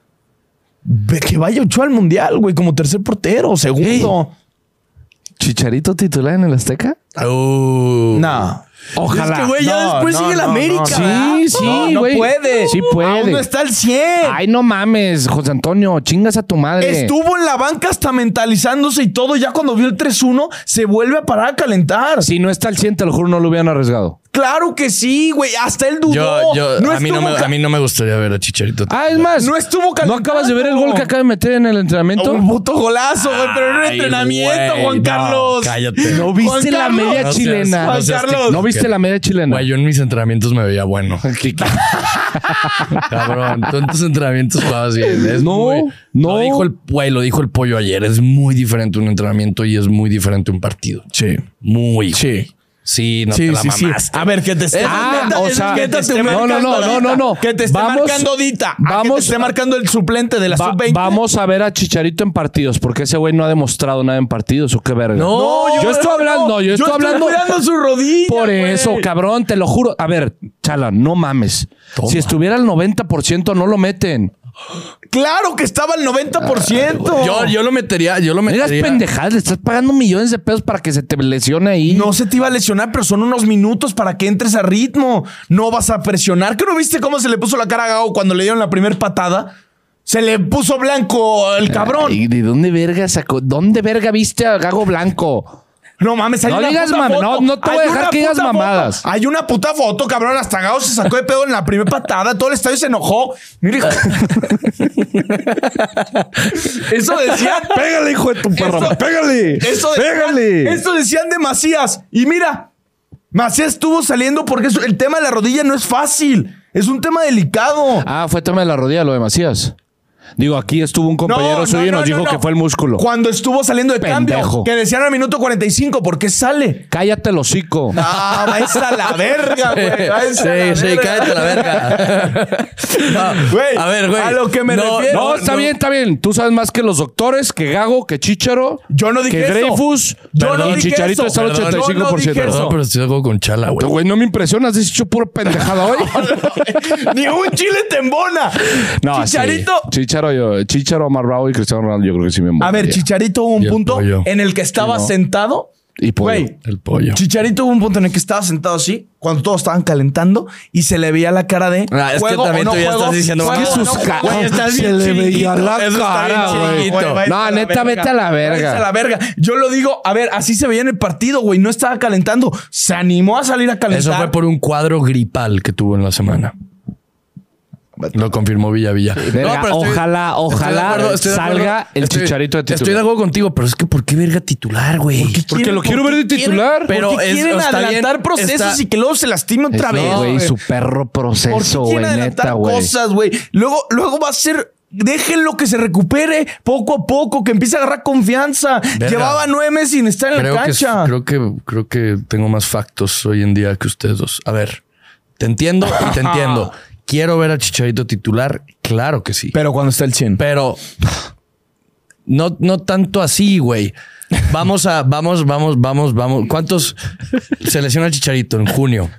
B: Ve que vaya Ochoa al mundial, güey, como tercer portero, segundo.
C: ¿Chicharito titular en el Azteca?
A: Uh.
B: Nah.
C: Ojalá.
A: Es que, güey, ya
B: No,
A: después
B: no,
A: sigue la
B: no, no,
A: América.
B: no.
A: ¿verdad?
C: Sí, sí,
B: no
C: güey.
B: puede.
C: Sí
B: Aún no
C: puede.
B: está al 100.
C: Ay, no mames, José Antonio, chingas a tu madre.
B: Estuvo en la banca hasta mentalizándose y todo. Ya cuando vio el 3-1, se vuelve a parar a calentar.
C: Si no está al 100, te lo juro, no lo hubieran arriesgado.
B: Claro que sí, güey. Hasta él dudó.
A: Yo, yo, a, mí no
B: estuvo
A: me,
B: ca-
A: a mí no me gustaría ver a Chicharito.
C: Ah, es más.
B: No estuvo
C: ¿No
B: calentando.
C: acabas de ver el gol que acaba de meter en el entrenamiento?
B: Un puto golazo, güey. Pero en un
A: Ay,
B: entrenamiento,
A: güey,
B: Juan
A: no,
B: Carlos.
A: cállate.
C: ¿No viste la
B: Carlos.
C: media
A: No seas-
C: chilena?
A: no seas
B: Juan Carlos.
A: tic-
C: ¿No viste la media chilena?
A: Güey, yo en mis entrenamientos me veía bueno. Cabrón, tú en tus entrenamientos jugabas bien. Es
C: No,
A: muy-
C: no.
A: Lo dijo, el, güey, lo dijo el pollo ayer. Es muy diferente un entrenamiento y es muy diferente un partido.
B: Sí.
A: Muy. güey.
B: Sí.
A: Sí, no
B: Sí,
A: te la
B: sí, sí.
A: mamaste.
B: A ver, que te esté
C: Ah,
B: neta,
C: o
B: es
C: sea,
B: que te esté
C: no, no,
B: marcando
C: no, no,
B: ahorita.
C: no, no.
B: Que te esté
C: Vamos-
B: marcando Dita. Vamos.
C: vamos-
B: Que te esté marcando el suplente de la
C: Va-
B: sub-20.
C: vamos a ver a Chicharito en partidos, porque ese güey no ha demostrado nada en partidos, o qué verga.
A: No,
C: yo, estoy hablando, yo, estoy, hablando
B: mirando su rodilla.
C: por
B: güey.
C: eso, cabrón, te lo juro. A ver, chala, no mames.
A: Toma.
C: Si estuviera al 90%, no lo meten.
B: Claro que estaba al 90%.
C: Ah,
A: Yo, yo lo metería, yo lo
C: No digas
A: metería.
C: pendejadas, le estás pagando millones de pesos para que se te lesione ahí.
B: No se te iba a lesionar, pero son unos minutos para que entres a ritmo. No vas a presionar. ¿Qué no viste cómo se le puso la cara a Gao cuando le dieron la primera patada? Se le puso blanco
C: Eh,
B: el cabrón.
C: ¿Y de dónde verga sacó? ¿Dónde verga viste a Gago Blanco?
B: No mames, hay
C: No
B: una
C: digas
B: puta
C: mame-
B: foto.
C: no- no te voy a
B: Hay
C: dejar
B: una
C: que digas
B: puta foto.
C: mamadas.
B: Hay una puta foto, cabrón. Hasta Gao se sacó de pedo en la primera patada. Todo el estadio se enojó. Mira, hijo- eso decía.
F: Pégale, hijo de tu perra.
B: Eso-
F: Pégale.
B: Eso decían,
F: Pégale.
B: Eso decían de Macías. Y mira, Macías estuvo saliendo porque es- el tema de la rodilla no es fácil. Es un tema delicado.
C: Ah, fue tema de la rodilla, lo de Macías. Digo, aquí estuvo un compañero
B: No,
C: suyo
B: no,
C: y nos
B: no,
C: dijo
B: no, no.
C: que fue el músculo.
B: Cuando estuvo saliendo de
C: Pendejo.
B: cambio, que decían al minuto 45, ¿por qué sale?
C: Cállate el hocico.
B: Ah, vais a la verga, güey.
A: Sí,
B: váyanse a la
A: sí,
B: verga.
A: cállate a la verga. No,
B: Güey,
A: a ver, güey.
B: a lo que me
A: no,
B: refiero.
C: No, está
B: no.
C: bien, está bien. Tú sabes más que los doctores, que Gago, que Chicharo.
B: Yo no dije
C: que
B: eso.
C: Dreyfus.
B: Yo
C: Perdón,
B: no dije eso.
C: Chicharito está al
B: Perdón, yo no
C: 85%.
B: dije
A: Perdón,
B: eso.
A: pero estoy de acuerdo con Chala, güey.
C: Güey, no me impresionas, has dicho pura pendejada hoy.
B: Ni un chile te embona.
C: No, sí.
B: Chicharito.
C: Chicharo, yo, Chicharo, Omar Bravo y Cristiano Ronaldo, yo creo que sí me
B: A ver,
C: Chicharo.
B: Chicharito hubo
A: Y
B: un
A: el
B: punto
A: pollo.
B: en el que estaba sentado.
C: Y pues, pollo.
B: Güey,
A: El pollo.
B: Chicharito hubo un punto en el que estaba sentado así, cuando todos estaban calentando y se le veía la cara de.
A: Ah, es que
B: "¿Juego
A: también
B: o
A: tú ya
B: juego?
A: estás diciendo
B: ¿Juego
A: mamadas".
B: o
A: Sus
B: juego?
A: caras.
B: Güey, estás bien
F: Se le veía
B: chiquito.
F: la
B: Eso está bien
A: cara, güey.
B: chiquito.
A: No,
B: Vete a la verga.
C: neta, vete a la verga.
B: Vete a la verga. Yo lo digo, a ver, así se veía en el partido, güey. No estaba calentando. Se animó a salir a calentar.
A: Eso fue por un cuadro gripal que tuvo en la semana. Lo confirmó Villavilla.
C: verga, ojalá, ojalá salga el Chicharito de titular.
A: Estoy de acuerdo contigo, pero es que ¿por qué verga titular, güey?
C: Porque lo quiero ver de titular.
A: Pero
B: Porque
A: es-
B: quieren
A: está bien,
B: adelantar procesos
A: está-
B: y que luego se lastime otra
C: Es- no,
B: vez.
C: güey,
B: güey.
C: su perro
B: ¿Por qué
C: proceso, güey,
B: quieren adelantar
C: neta, güey.
B: cosas, güey? Luego, luego va a ser. Déjenlo que se recupere poco a poco, que empiece a agarrar confianza.
A: Verga.
B: Llevaba nueve meses sin estar en
A: creo
B: la
A: que,
B: cancha.
A: creo que creo que tengo más factos hoy en día que ustedes dos. A ver, te entiendo y te entiendo. Quiero ver a Chicharito titular, claro que sí.
F: Pero cuando está el 100.
A: Pero no, no tanto así, güey. Vamos a, vamos, vamos, vamos, vamos. ¿Cuántos se lesiona el Chicharito en junio?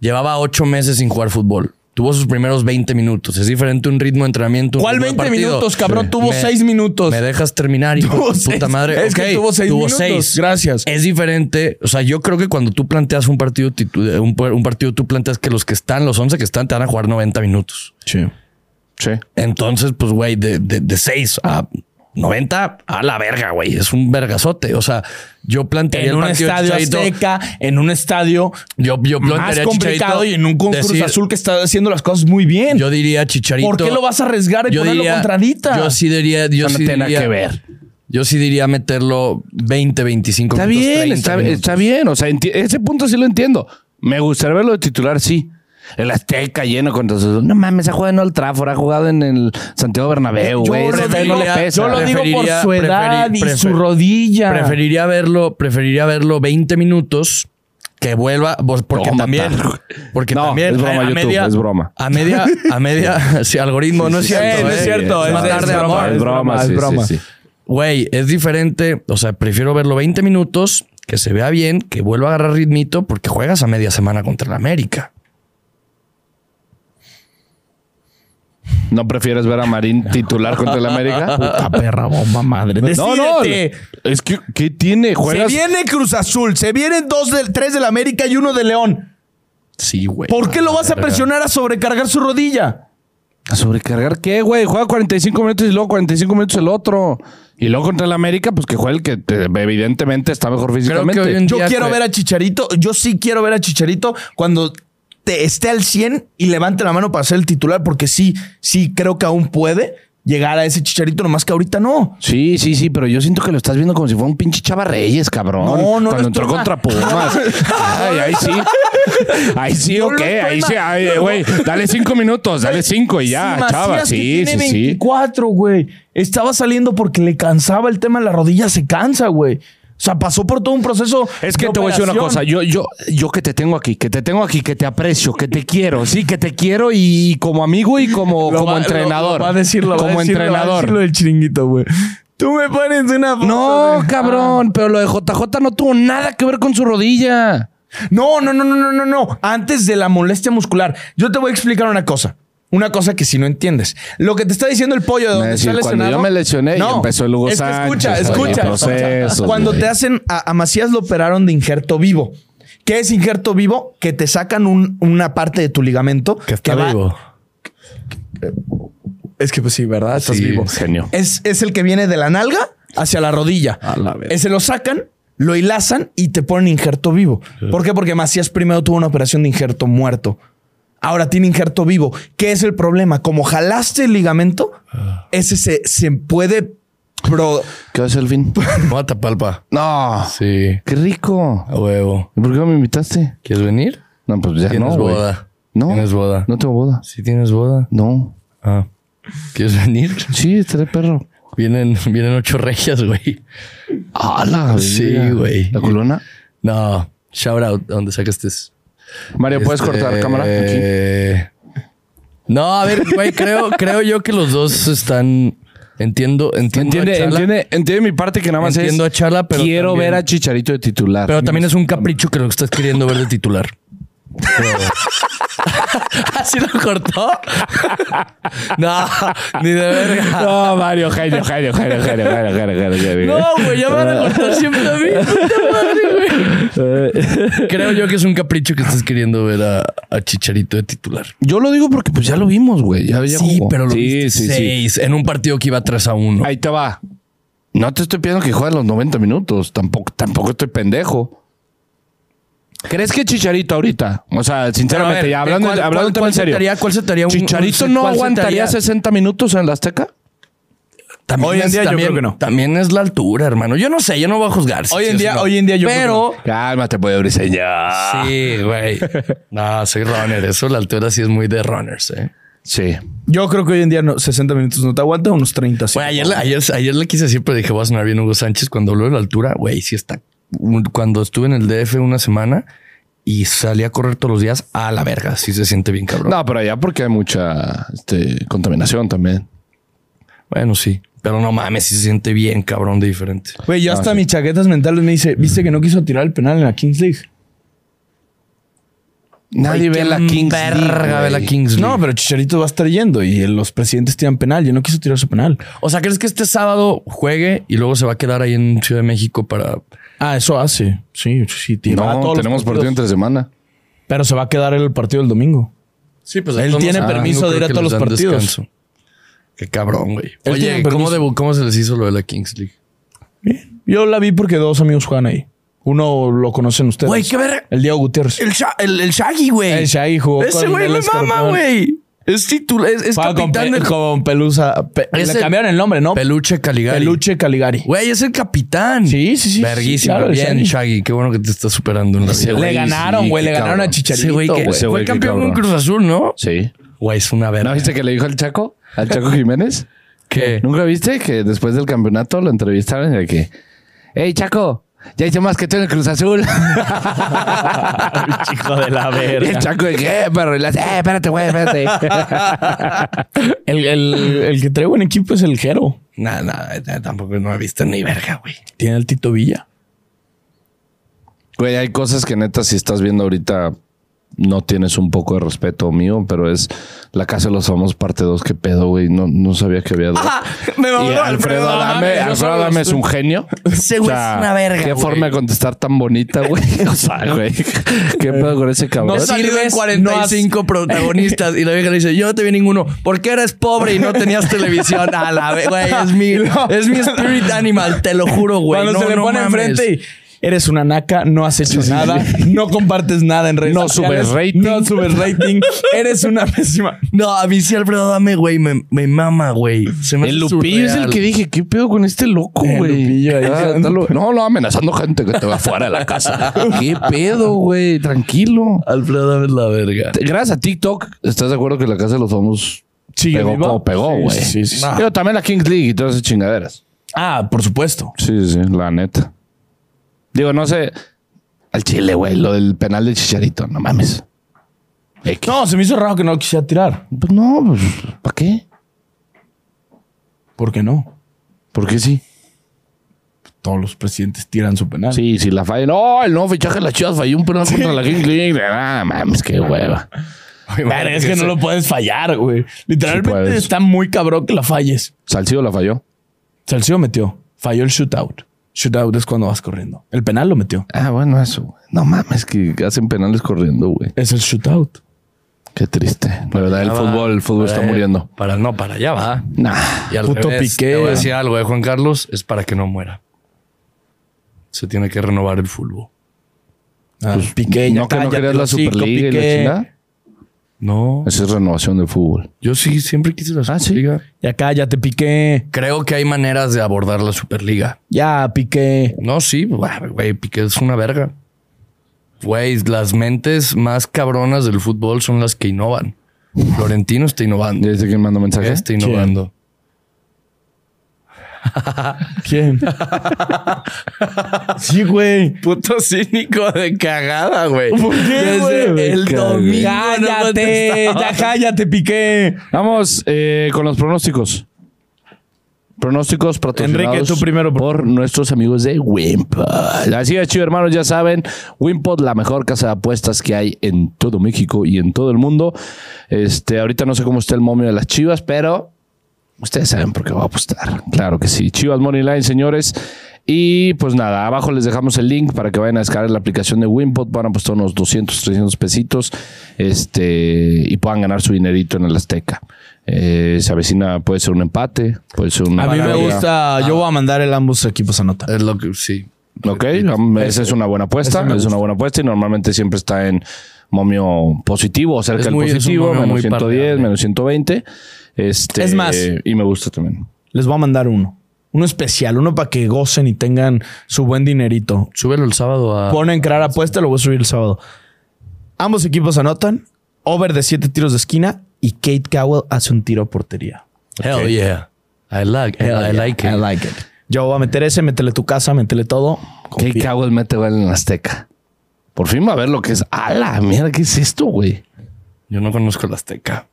A: Llevaba ocho meses sin jugar fútbol. Tuvo sus primeros 20 minutos. Es diferente un ritmo de entrenamiento. un
B: ¿Cuál
A: ritmo de
B: 20
A: partido.
B: minutos, cabrón? Tuvo
A: Me-
B: seis minutos.
A: Me dejas terminar, hijo
B: Tuvo
A: de puta
B: seis-
A: madre.
B: es que
A: Ok,
B: tuvo seis minutos. Gracias.
A: Es diferente. O sea, yo creo que cuando tú planteas un partido, titu- un, un partido, tú planteas que los que están, los 11 que están, te van a jugar 90 minutos.
F: Sí.
C: Sí.
A: Entonces, pues, güey, de, de, 6 a 90 a la verga, güey. Es un vergazote. O sea, yo plantearía
B: En
A: el
B: un
A: partido de
B: estadio
A: Chicharito.
B: azteca, en un estadio
A: Yo, yo
B: más
A: plantearía a
B: complicado
A: Chicharito
B: y en un Cruz
A: decir,
B: Azul que está haciendo las cosas muy bien.
A: Yo diría Chicharito.
B: ¿Por qué lo vas a arriesgar y
A: yo
B: ponerlo
A: diría-
B: contradita?
A: Yo sí diría. Yo
C: No
A: sí
C: tiene
A: diría-
C: que ver.
A: Yo sí diría meterlo 20, 25
C: Está
A: minutos,
C: bien,
A: 30
C: está,
A: minutos.
C: está bien. O sea, enti- ese punto sí lo entiendo. Me gustaría verlo de titular, sí. El Azteca lleno contra sus... No mames, ha jugado en Old Trafford, ha jugado en el Santiago Bernabéu,
B: Eh, Yo
C: Eh, güey.
B: lo
C: Ese güey no
B: digo-
C: le pesa.
B: yo lo digo por
A: Preferiría-
B: su edad
A: preferi-
B: y
A: prefer-
B: su rodilla.
A: Preferiría verlo, preferiría verlo 20 minutos que vuelva, vos- porque
C: No,
A: también,
C: matar.
A: porque
C: No,
A: también
C: es broma, YouTube, es broma.
A: a media, a media, si algoritmo no es
C: sí,
A: cierto,
C: sí,
A: ¿eh?
C: sí, es-
A: es, matar
C: es
A: de
C: broma,
A: amor.
C: Es broma, sí, sí, sí.
A: Güey, es diferente. O sea, prefiero verlo 20 minutos, que se vea bien, que vuelva a agarrar ritmito, porque juegas a media semana contra el América.
C: ¿No prefieres ver a Marín titular contra el América?
F: Puta perra bomba madre.
C: No, no.
B: Decídete.
C: Es que, ¿qué tiene?
B: Se
C: Juegas.
B: viene Cruz Azul, se vienen dos del, tres del América y uno de León.
A: Sí, güey.
B: ¿Por qué lo vas a presionar a sobrecargar su rodilla?
C: ¿A sobrecargar qué, güey? Juega 45 minutos y luego 45 minutos el otro. Y luego contra el América, pues que juegue el que te- evidentemente está mejor físicamente.
A: hoy en
B: Yo
A: día,
B: quiero
A: güey.
B: ver a Chicharito, yo sí quiero ver a Chicharito cuando te esté al 100 y levante la mano para ser el titular, porque sí, sí creo que aún puede llegar a ese Chicharito, nomás que ahorita no.
C: Sí, sí, sí, pero yo siento que lo estás viendo como si fuera un pinche Chava Reyes, cabrón.
B: No, no, no
C: Cuando entró
B: estoy-
C: contra Pumas. Ay, ahí sí. Ahí sí,
B: No
C: ok.
B: lo estoy
C: Ahí sí,
B: mal-
C: ay, güey. Dale cinco minutos, dale cinco y ya,
B: Sí,
C: Chava.
B: Macías, que
C: Sí, sí,
B: tiene
C: sí.
B: 24, güey. Estaba saliendo porque le cansaba el tema de la rodilla, se cansa, güey. O sea, pasó por todo un proceso.
C: Es que
B: de
C: te voy a decir una
B: operación.
C: cosa, yo, yo, yo que te tengo aquí, que te tengo aquí, que te aprecio, que te quiero, sí, que te quiero y como amigo y como,
B: Lo
C: como
B: va- lo-
C: entrenador.
B: lo va a decir, lo va a
C: como
B: decir, lo va a
C: entrenador.
B: decir lo del chiringuito, güey. Tú me pones una foto,
C: no,
B: güey.
C: cabrón, pero lo de JJ no tuvo nada que ver con su rodilla.
B: No, no, no, no, no, no, no. Antes de la molestia muscular, yo te voy a explicar una cosa. una cosa que si no entiendes. Lo que te está diciendo el pollo de donde
C: decir,
B: está
C: cuando
B: lesionado.
C: yo me lesioné y empezó el Hugo
B: es que Escucha,
C: Sánchez, güey,
B: escucha.
C: procesos,
B: cuando
C: güey.
B: te hacen a, a Macías lo operaron de injerto vivo. ¿Qué es injerto vivo? Que te sacan un- una parte de tu ligamento
A: Que está
B: va-
A: vivo.
B: Es que pues sí, ¿verdad? Estás
A: Sí,
B: vivo.
C: genio.
B: Es, es el que viene de la nalga hacia la rodilla.
C: A la verga.
B: Ese lo sacan, lo hilazan y te ponen injerto vivo. ¿Por qué? Porque Macías primero tuvo una operación de injerto muerto. Ahora tiene injerto vivo. ¿Qué es el problema? Como jalaste el ligamento,
A: Ah.
B: ese se, se puede... pro-
C: ¿Qué es el fin?
A: Mata palpa.
C: No.
A: Sí.
C: Qué rico.
A: A huevo.
C: ¿Y por qué no me invitaste?
A: ¿Quieres venir?
C: No, pues ya
A: Tienes
C: no, güey.
A: boda.
C: No.
A: Tienes boda.
C: No tengo boda.
A: Si tienes boda.
C: No.
A: Ah. ¿Quieres venir?
C: Sí, estaré perro.
A: Vienen, vienen ocho regias, güey.
C: ¡Hala!
A: Sí,
C: verga.
A: güey.
C: ¿La colona?
A: No, shout out a donde sacaste.
C: Mario, ¿puedes
A: Este,
C: cortar cámara? Aquí.
A: No, a ver, güey, creo, creo yo que los dos están. Entiendo, entiendo. a
C: Entiende,
A: Chala,
C: entiende, entiende mi parte que nada más
A: Entiendo
C: es,
A: a Chala, pero
C: quiero
A: también-
C: ver a Chicharito de titular.
A: Pero también es un capricho que lo estás queriendo ver de titular. ¿Así lo cortó? no, ni de verga.
C: No, Mario, genio, genio, genio, genio, genio, genio, genio.
A: No, güey, ya me van a cortar siempre a mí. puta madre, güey. Creo yo que es un capricho que estás queriendo ver a, a Chicharito de titular.
C: Yo lo digo porque pues ya lo vimos, güey. Ya, ya
A: sí,
C: jugó.
A: pero lo
C: Sí,
A: viste
C: sí, sí.
A: seis en un partido que iba 3 a 1.
C: Ahí te va. No te estoy pidiendo que juegues los 90 minutos. Tampoco, tampoco estoy pendejo. ¿Crees que Chicharito ahorita? O sea,
A: Pero
C: sinceramente,
A: a ver,
C: ya hablando,
A: ¿cuál-
C: hablando
A: cuál-
C: en tema
A: cuál
C: en serio.
A: sentaría- cuál sentaría un-
C: ¿Chicharito
A: un-
C: no
A: cuál sentaría?
C: aguantaría 60 minutos en la Azteca?
A: También
B: Hoy en
A: es-
B: día yo
A: también-
B: creo que no.
A: También es la altura, hermano. Yo no sé, yo no voy a juzgar. si
B: Hoy
A: sí
B: en
A: o si
B: día-
A: no.
B: hoy en día yo creo que
A: Pero,
C: Cálmate, pues, puede briseñar.
A: Sí, güey. No, soy runner. Eso, la altura sí es muy de runners, eh.
C: Sí.
B: Yo creo que hoy en día no, 60 minutos no te aguanta, unos 30. sí.
A: Güey, ayer, le- ayer, ayer le quise decir, pero dije, voy a sonar bien Hugo Sánchez. Cuando habló de la altura, güey, sí está. Un- Cuando estuve en el DF una semana y salí a correr todos los días, a la verga. Sí se siente bien, cabrón.
C: No, pero allá porque hay mucha este, contaminación también.
A: Bueno, sí. Pero no mames, sí se siente bien, cabrón, de diferente.
B: Güey, yo hasta mis chaquetas mentales me dice, ¿viste que no quiso tirar el penal en la Kings League?
C: Nadie ve la Kings
A: Verga,
C: League,
A: ve la
C: güey.
A: Kings League.
B: No, pero Chicharito va a estar yendo y los presidentes tiran penal. Yo no quiso tirar su penal.
A: O sea, ¿crees que este sábado juegue y luego se va a quedar ahí en Ciudad de México para.
B: Ah, eso hace. Sí, sí, tira. a todos
C: No,
B: los
C: tenemos partido
B: partidos.
C: entre semana.
B: Pero se va a quedar el partido el domingo.
A: Sí, pues
B: Él tiene permiso de ir a todos los partidos.
A: Qué cabrón, güey.
B: Él
A: Oye,
B: tiene
A: ¿cómo,
B: permiso.
A: debu- ¿cómo se les hizo lo de la Kings League?
B: Yo la vi porque dos amigos juegan ahí. Uno lo conocen ustedes.
A: Güey, qué verga.
B: El Diego Gutiérrez.
A: El, Sha- el- el Shaggy, güey.
B: El Shaggy jugó
A: Ese
B: con
A: güey
B: el
A: me
B: Escorpión.
A: mama, güey. Es titular, es, es
B: Juega con,
A: capitán
B: Pe-
A: del
B: con Pelusa. Pe-
A: Es
B: le
A: el-
B: cambiaron el nombre, ¿no?
A: Peluche Caligari.
B: Peluche Caligari.
A: Güey, es el capitán.
B: Sí, sí, sí, sí,
A: Verguísimo.
B: claro, el
A: Bien, Shaggy.
B: Shaggy.
A: Qué bueno que te estás superando en la vida.
C: güey,
B: Le ganaron,
C: sí,
B: güey.
C: qué
B: le ganaron
C: cabrón.
B: a Chicharito.
A: Ese güey que
B: güey.
C: Ese
A: fue
C: güey, qué
A: campeón con
C: cabrón.
A: Cruz Azul, ¿no?
C: Sí.
A: Güey, es una verga.
C: ¿No viste que le dijo al Chaco? ¿Al Chaco Jiménez?
A: ¿Qué?
C: ¿Nunca viste que después del campeonato lo entrevistaron y de que, hey Chaco, ya hice más que tú en el Cruz Azul?
B: Chico de la
C: Y el
B: verga.
C: Chaco de que, eh, perro, y le hace, eh, espérate, güey, espérate.
B: El, el- el que trae buen equipo es el Jero.
A: Nada, nada, tampoco no he visto ni verga, güey.
B: Tiene el Tito Villa.
C: Güey, hay cosas que neta, si estás viendo ahorita, no tienes un poco de respeto mío, pero es La Casa de los Famosos parte 2, qué pedo, güey. No, no sabía que había dos.
A: Me
C: Y
A: mamó
C: Alfredo
A: Alfredo.
C: Adame,
A: Adame,
C: Alfredo
A: no
C: Adame
A: sabes.
C: es un genio.
A: Ese güey es una verga,
C: Qué
A: güey.
C: forma de contestar tan bonita, güey. O sea, güey. Qué pedo con ese cabrón.
A: No sirven
B: sirves,
A: 45 protagonistas y la vieja le dice, yo no te vi ninguno porque eres pobre y no tenías televisión. A la vez, güey, es mi, es mi spirit animal, te lo juro, güey.
B: Cuando
A: no,
B: se le
A: no
B: pone
A: mames.
B: enfrente y eres una naca, no has hecho nada, no compartes nada en redes
C: No
B: sociales,
C: subes rating.
B: No subes rating. eres una pésima.
A: No, a mí sí, Alfredo Adame, güey, me, me mama, güey. Se me
C: El
A: hace
C: Lupillo es el
A: surreal.
C: que dije, ¿qué pedo con este loco,
B: El
C: güey?
B: Lupillo ahí.
C: Ah, está lo- No, no, amenazando gente que te va fuera de la casa. ¿Qué pedo, güey? Tranquilo.
A: Alfredo Adame es la verga.
C: Gracias a TikTok, ¿estás de acuerdo que la casa de los famosos
B: Sigue
C: pegó
B: viva.
C: como pegó,
B: Sí,
C: güey? Ah.
B: sí, sí, sí.
C: Pero también la Kings League y todas esas chingaderas.
B: Ah, por supuesto.
C: Sí, sí, la neta. Digo, no sé. Al Chile, güey, lo del penal de Chicharito, no mames. X.
B: No, se me hizo raro que no lo quisiera tirar.
C: Pues no, pues, ¿para qué?
B: ¿Por qué no?
C: ¿Por qué sí?
B: Todos los presidentes tiran su penal.
C: Sí, si la falla. No, el nuevo fichaje de las chivas falló un penal contra la King League. Ah, mames, qué hueva.
A: Imagínate
B: Pero es que no
A: se-
B: lo puedes fallar, güey. Literalmente
C: puedes.
B: está muy cabrón que la falles.
C: Salcido la falló.
B: Salcido metió. Falló el shootout. Shootout es cuando vas corriendo. El penal lo metió.
C: Ah, bueno, eso. güey. No mames, que hacen penales corriendo, güey.
B: Es el shootout.
C: Qué triste. La verdad, el
A: Ah,
C: fútbol, el fútbol
A: para-
C: está muriendo.
A: Para no, para allá va.
C: Nah.
A: Y al
B: Puto
A: revés,
B: Piqué.
A: te voy a decir algo de Juan Carlos, es para que no muera. Se tiene que renovar el fútbol.
B: Ah, Piqué, ya
C: Pues, no que no
B: cállate
C: querías
B: el
C: la
B: hocico,
C: Superliga y la
B: Piqué.
C: chingada.
A: No,
C: Esa es renovación del fútbol.
A: yo sí siempre quise la
C: Ah, ¿sí?
A: Superliga.
B: Ya cállate, Piqué.
A: Creo que hay maneras de abordar la Superliga.
B: Ya, Piqué.
A: No, sí, bah, güey, Piqué es una verga. Güey, las mentes más cabronas del fútbol son las que innovan. Florentino está innovando.
B: ¿Eh?
C: ¿Ya dice quién mandó mensaje?
A: Piqué está innovando.
B: ¿Quién? sí, güey.
A: Puto cínico de cagada, güey.
B: ¿Por qué, güey?
A: el
C: Cagada.
A: domingo. no
B: Cállate, ya
A: contestaba.
B: cállate, Piqué.
C: Vamos eh, con los pronósticos. Pronósticos patrocinados
B: Enrique, tú primero, por-
C: por... nuestros amigos de Wimpod. Así es, chicos, hermanos, ya saben, Wimpod, la mejor casa de apuestas que hay en todo México y en todo el mundo. Este, ahorita no sé cómo está el momio de las Chivas, pero Ustedes saben por qué voy a apostar. Claro que sí. Chivas Money Line, señores. Y pues nada, abajo les dejamos el link para que vayan a descargar la aplicación de Wimpot. Van a apostar unos 200, 300 pesitos este, y puedan ganar su dinerito en el Azteca. Eh, se avecina, puede ser un empate, puede ser una.
B: A mí me
C: victoria.
B: gusta.
C: Ah.
B: Yo voy a mandar el ambos equipos a nota.
A: Es lo que sí.
C: Ok, am- esa es una buena apuesta. Es una buena apuesta y normalmente siempre está en momio positivo o cerca
A: Es
C: del
A: muy- es un
C: positivo,
A: momio
C: menos
A: muy
C: 110,
A: pardeable.
C: menos 120. Este,
B: Es más.
C: Y me gusta también.
B: Les voy a mandar uno. Uno especial, uno para que gocen y tengan su buen dinerito.
A: Súbelo el sábado a.
B: Ponen crear apuesta, lo voy a subir el sábado. Ambos equipos anotan. Over de 7 tiros de esquina y Kate Cowell hace un tiro a portería.
A: Hell yeah. I like, I like it.
B: like it. Yo voy a meter ese, métele tu casa, métele todo.
C: ¿Qué
B: Confía.
C: cago el mete gol en la Azteca? Por fin va a ver lo que es. ¡Ala! Mira, ¿qué es esto, güey?
A: Yo no conozco la Azteca.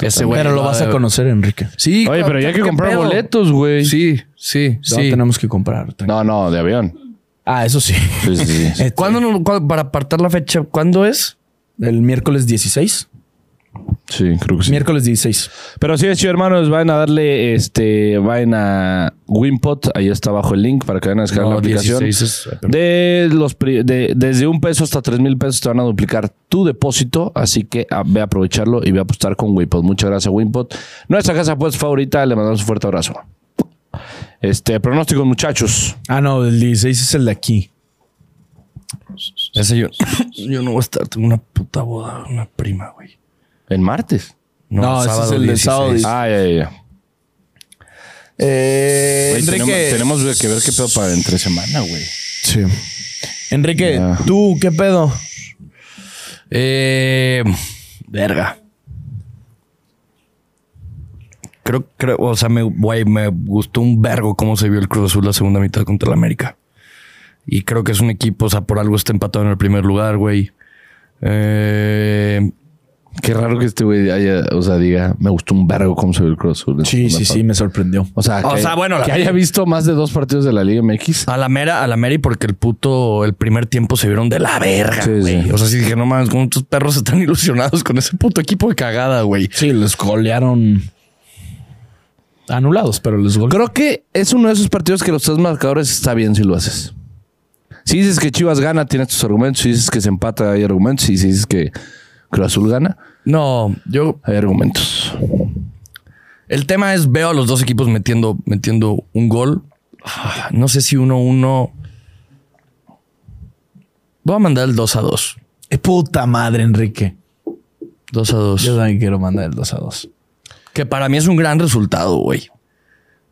A: Ese güey.
B: Pero lo
A: va
B: vas
A: de-
B: a conocer, Enrique.
A: Sí.
C: Oye, pero ya hay que
A: ¿qué
C: comprar
A: pedo?
C: boletos, güey.
A: Sí, sí,
B: No
A: sí.
B: tenemos que comprar. tranquilo.
C: No, no, de avión.
B: Ah, eso sí.
C: Sí, sí, sí.
B: Este,
A: ¿Cuándo, no- cua- para apartar la fecha, ¿cuándo es?
B: El miércoles 16.
C: Sí, creo que sí.
B: Miércoles 16.
C: Pero sí, chido, hermanos, vayan a darle, este, vayan a Wimpot, ahí está abajo el link para que vayan a descargar
A: No,
C: la aplicación.
A: 16 es-
C: de los pri- de- desde un peso hasta tres mil pesos te van a duplicar tu depósito, así que ah, ve a aprovecharlo y ve a apostar con Wimpot. Muchas gracias, Wimpot. Nuestra casa pues favorita, le mandamos un fuerte abrazo. Este, pronósticos, muchachos.
B: Ah, no, el 16 es el de aquí.
A: Ese yo. yo no voy a estar. Tengo una puta boda, una prima, güey.
C: El martes.
B: No, ese es el de sábado
C: Ah, ya, ya, ya. Güey,
B: Eh, Enrique.
C: tenemos, tenemos que ver qué pedo para entre semana, güey.
B: Sí. Enrique,
C: Ya.
B: tú, ¿qué pedo?
A: Eh, verga. Creo, creo, o sea, me, güey, me gustó un vergo cómo se vio el Cruz Azul la segunda mitad contra el América. Y creo que es un equipo, o sea, por algo está empatado en el primer lugar, güey. Eh,
C: Qué raro que este güey haya, o sea, diga, me gustó un vergo cómo se ve el Cruz Azul.
B: Sí, sí, sí, me sorprendió.
C: O sea,
A: O
C: que,
A: sea, bueno, la-
C: que haya visto más de dos partidos de la Liga MX.
A: a la mera, a la mera y porque el puto, el primer tiempo se vieron de la verga,
C: Sí,
A: güey.
C: sí.
A: O sea, sí dije, no mames, como estos perros están ilusionados con ese puto equipo de cagada, güey.
B: Sí, les golearon anulados, pero les golearon.
C: Creo que es uno de esos partidos que los tres marcadores está bien si lo haces. Si dices que Chivas gana, tienes tus argumentos. Si dices que se empata, hay argumentos. Y si dices que Cruz Azul gana,
A: No, yo,
C: hay argumentos.
A: El tema es, veo a los dos equipos metiendo, metiendo un gol. Ah, No sé si 1-1. Voy a mandar el 2 a 2.
B: Eh, puta madre, Enrique.
A: 2 a 2.
B: Yo también quiero mandar el 2 a 2.
A: Que para mí es un gran resultado, güey.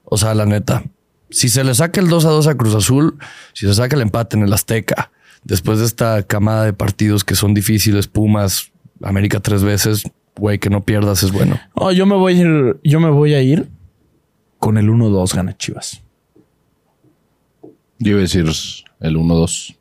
A: O sea, la neta. Si se le saca el 2 a 2 a Cruz Azul, si se saca el empate en el Azteca, después de esta camada de partidos que son difíciles, Pumas, América tres veces, güey, que no pierdas es bueno.
B: Oh, yo me voy a ir, yo me voy a ir con el 1-2 gana Chivas.
C: Yo iba a decir el 1-2.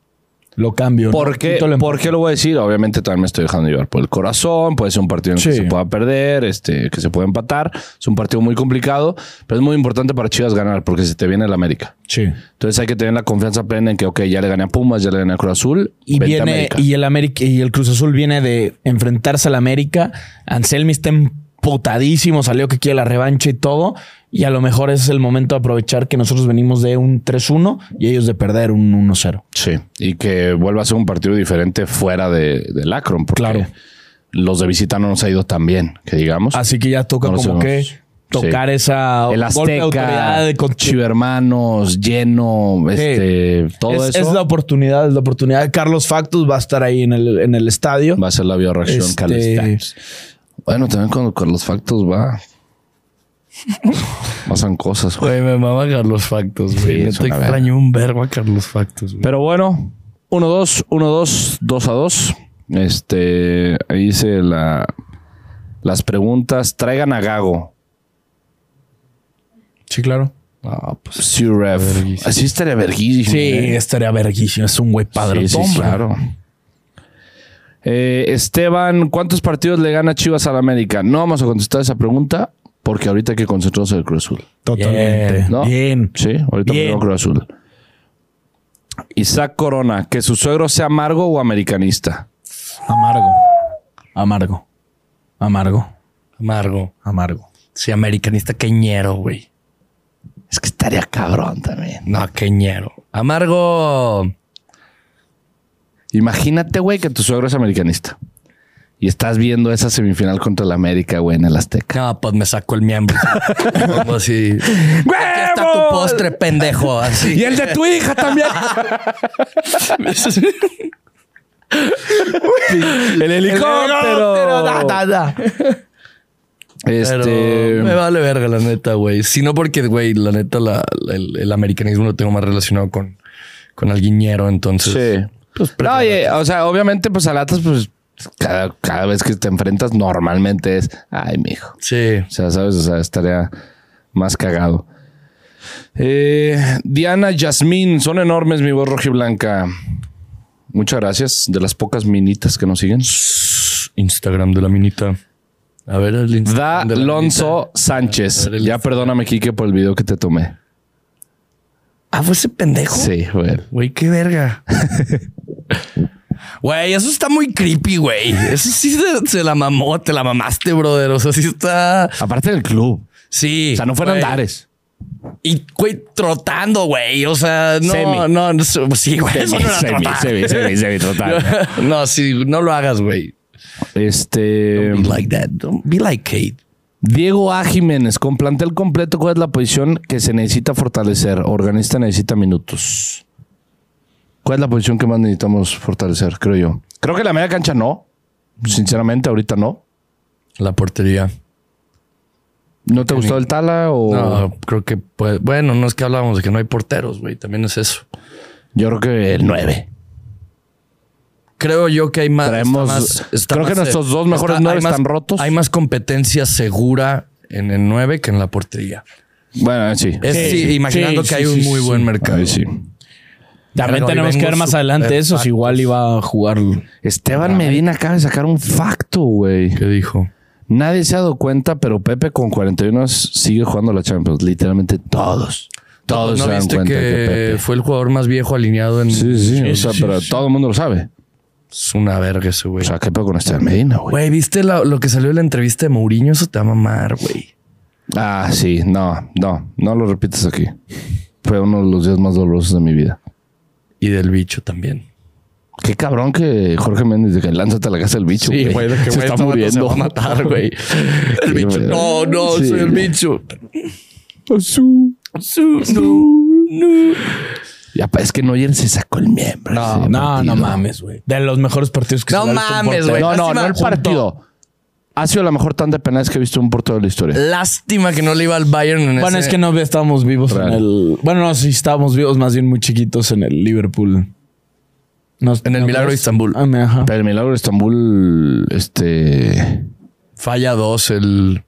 B: Lo cambio. ¿no?
C: ¿Por qué,
B: Quito em- el
C: por qué lo voy a decir? Obviamente también me estoy dejando llevar por el corazón. Puede ser un partido en el
B: Sí.
C: que se pueda perder, este, que se pueda empatar. Es un partido muy complicado, pero es muy importante para Chivas ganar porque se te viene el América.
B: Sí.
C: Entonces hay que tener la confianza plena en que, ok, ya le gané a Pumas, ya le gané a Cruz Azul.
B: Y
C: vente a
B: viene,
C: América.
B: y el América, y el Cruz Azul viene de enfrentarse al América. Anselmi está emputadísimo, salió que quiere la revancha y todo. Y a lo mejor ese es el momento de aprovechar que nosotros venimos de un 3-1 y ellos de perder un 1-0.
C: Sí, y que vuelva a ser un partido diferente fuera de, del Akron. Porque
B: Claro.
C: los de visita no nos ha ido tan bien, que digamos.
B: Así que ya toca
C: No lo
B: como que
C: sabemos.
B: tocar
C: Sí.
B: esa
C: el
B: golpe de autoridad
C: Azteca,
B: de con-
C: Chivermanos, lleno, este, todo
B: es,
C: eso
B: es la oportunidad, es la oportunidad. Carlos Factus va a estar ahí en el, en el estadio.
C: va a ser la bioreacción
B: Este-
C: Carlos Times. Bueno, también cuando con los factos va. Pasan cosas, güey.
A: Güey, me mama Carlos Factos, güey.
C: Sí,
A: Neta,
C: es una verga.
A: extraño un verbo a Carlos Factos, güey.
C: Pero bueno, 1-2, 1-2, 2-2. Este, ahí hice la, las preguntas. Traigan a Gago.
B: Sí, claro.
A: Ah, pues.
C: Zuref. Así Ah, estaría verguísimo.
B: Sí,
C: ¿eh?
B: estaría verguísimo. Es un güey padre.
C: Sí, sí, claro. Eh, Esteban, ¿cuántos partidos le gana Chivas al América? No vamos a contestar esa pregunta porque ahorita hay que concentrarse en el Cruz Azul.
B: Totalmente.
C: ¿no?
B: Eh, Bien.
C: Sí, ahorita
B: Bien.
C: primero Cruz Azul. Isaac Corona, que su suegro sea amargo o americanista.
B: Amargo. Amargo. Amargo.
A: Amargo.
B: Amargo.
A: Sí, americanista queñero, güey.
C: Es que estaría cabrón también.
A: No, queñero. Amargo.
C: Imagínate, güey, que tu suegro es americanista. Y estás viendo esa semifinal contra el América, güey, en el Azteca.
A: No, pues me saco el miembro. Como así. Aquí está tu postre, pendejo. Así.
C: el de tu hija también. el helicóptero.
A: Pero
C: Este.
A: me vale verga, la neta, güey. Si no porque, güey, la neta, la- la- el, el americanismo lo tengo más relacionado con, con el guiñero, entonces.
C: Sí.
A: Pues,
C: No, oye, o sea, obviamente, pues a latas, pues cada, cada vez que te enfrentas, normalmente es, ay, mijo.
A: Sí.
C: O sea, sabes, o sea, estaría más cagado. Eh, Diana Yasmín, son enormes, mi voz roja y blanca. Muchas gracias. De las pocas minitas que nos siguen.
A: Instagram de la minita. A ver el
C: Da
A: Instagram. de la
C: Alonso Sánchez.
A: A ver, el
C: Ya
A: Instagram.
C: perdóname, Quique, por el video que te tomé.
A: minita. Ah, fue ese pendejo.
C: Sí, güey.
A: Güey, qué verga. Güey, eso está muy creepy, güey. Eso sí se, se la mamó, te la mamaste, brother. O sea, sí está.
C: Aparte del club.
A: Sí.
C: O sea, no fueron
A: güey.
C: andares.
A: Y, güey, trotando, güey. O sea, no,
C: Semi.
A: no, no, sí, güey. eso no era
C: Semi,
A: trotar.
C: semi, semi, semi, total.
A: no, sí, no lo hagas, güey.
C: Este.
A: Be like that. Don't be like Kate.
C: Diego A. Jiménez, con plantel completo, ¿cuál es la posición que se necesita fortalecer? Organista necesita minutos. ¿Cuál es la posición que más necesitamos fortalecer, creo yo? Creo que la media cancha no. Sinceramente, ahorita no.
A: La portería.
C: ¿No te gustó el Tala
A: Oh.
C: o...?
A: No, creo que pues, bueno, no es que hablábamos de que no hay porteros, güey. También es eso.
C: Yo creo que el 9.
A: Creo yo que hay más.
C: Traemos- creo que nuestros dos mejores nueve
A: hay más-
C: están rotos.
A: Hay más competencia segura en el 9 que en la portería.
C: Bueno, sí.
A: Es,
B: Sí,
A: sí,
B: sí,
A: imaginando
B: sí,
A: que hay
B: sí,
A: un
B: sí,
A: muy
B: sí.
A: buen mercado.
C: Ahí sí.
A: Pero
B: También
A: hoy
B: tenemos que
A: vengo
B: ver más
A: super
B: adelante eso.
A: factos.
B: Igual iba a jugar.
C: Esteban Medina acaba de sacar un facto, güey.
A: ¿Qué dijo?
C: Nadie se ha dado cuenta, pero Pepe con 41 sigue jugando la Champions. Literalmente todos. Todos se
A: ¿No
C: dan
A: viste que,
C: cuenta que Pepe...
A: fue el jugador más viejo alineado en.
C: Sí, sí, o
B: sí,
C: sea,
B: sí,
C: pero todo el mundo lo sabe.
A: Es una verga ese
C: O
A: güey.
C: sea, ¿qué pedo con Esteban Medina, güey?
A: Güey, ¿viste la- lo que salió de la entrevista de Mourinho? Eso te va a mamar, güey.
C: Ah, sí, no, no, no lo repites aquí. Fue uno de los días más dolorosos de mi vida.
A: Y del bicho también.
C: Qué cabrón que Jorge Méndez de que lánzate a la casa del bicho, güey. este se está muriendo.
A: va a matar, güey. El
C: Sí,
A: bicho.
C: güey.
A: No, no,
C: Sí.
A: soy el bicho.
C: Y apa- es que Neuer se sacó el miembro. ese
B: No,
C: partido.
B: no mames, güey. De los mejores partidos que
A: No
B: se le ha visto a un
A: mames,
B: portero.
A: güey.
C: No, no,
A: Lástima,
C: no el
A: punto.
C: partido. Ha sido la mejor tanda de penales que he visto en un portero de la historia.
A: Lástima que no le iba al Bayern en
B: Bueno, es que no estábamos vivos
C: Real.
B: en el. Bueno, no, sí, estábamos vivos más bien muy chiquitos en el Liverpool. Nos-
A: En el
B: ¿no
A: Milagro de
B: crees?
A: Estambul.
B: Ah, me- ajá.
C: Pero el milagro de Estambul, este.
A: Falla dos, el...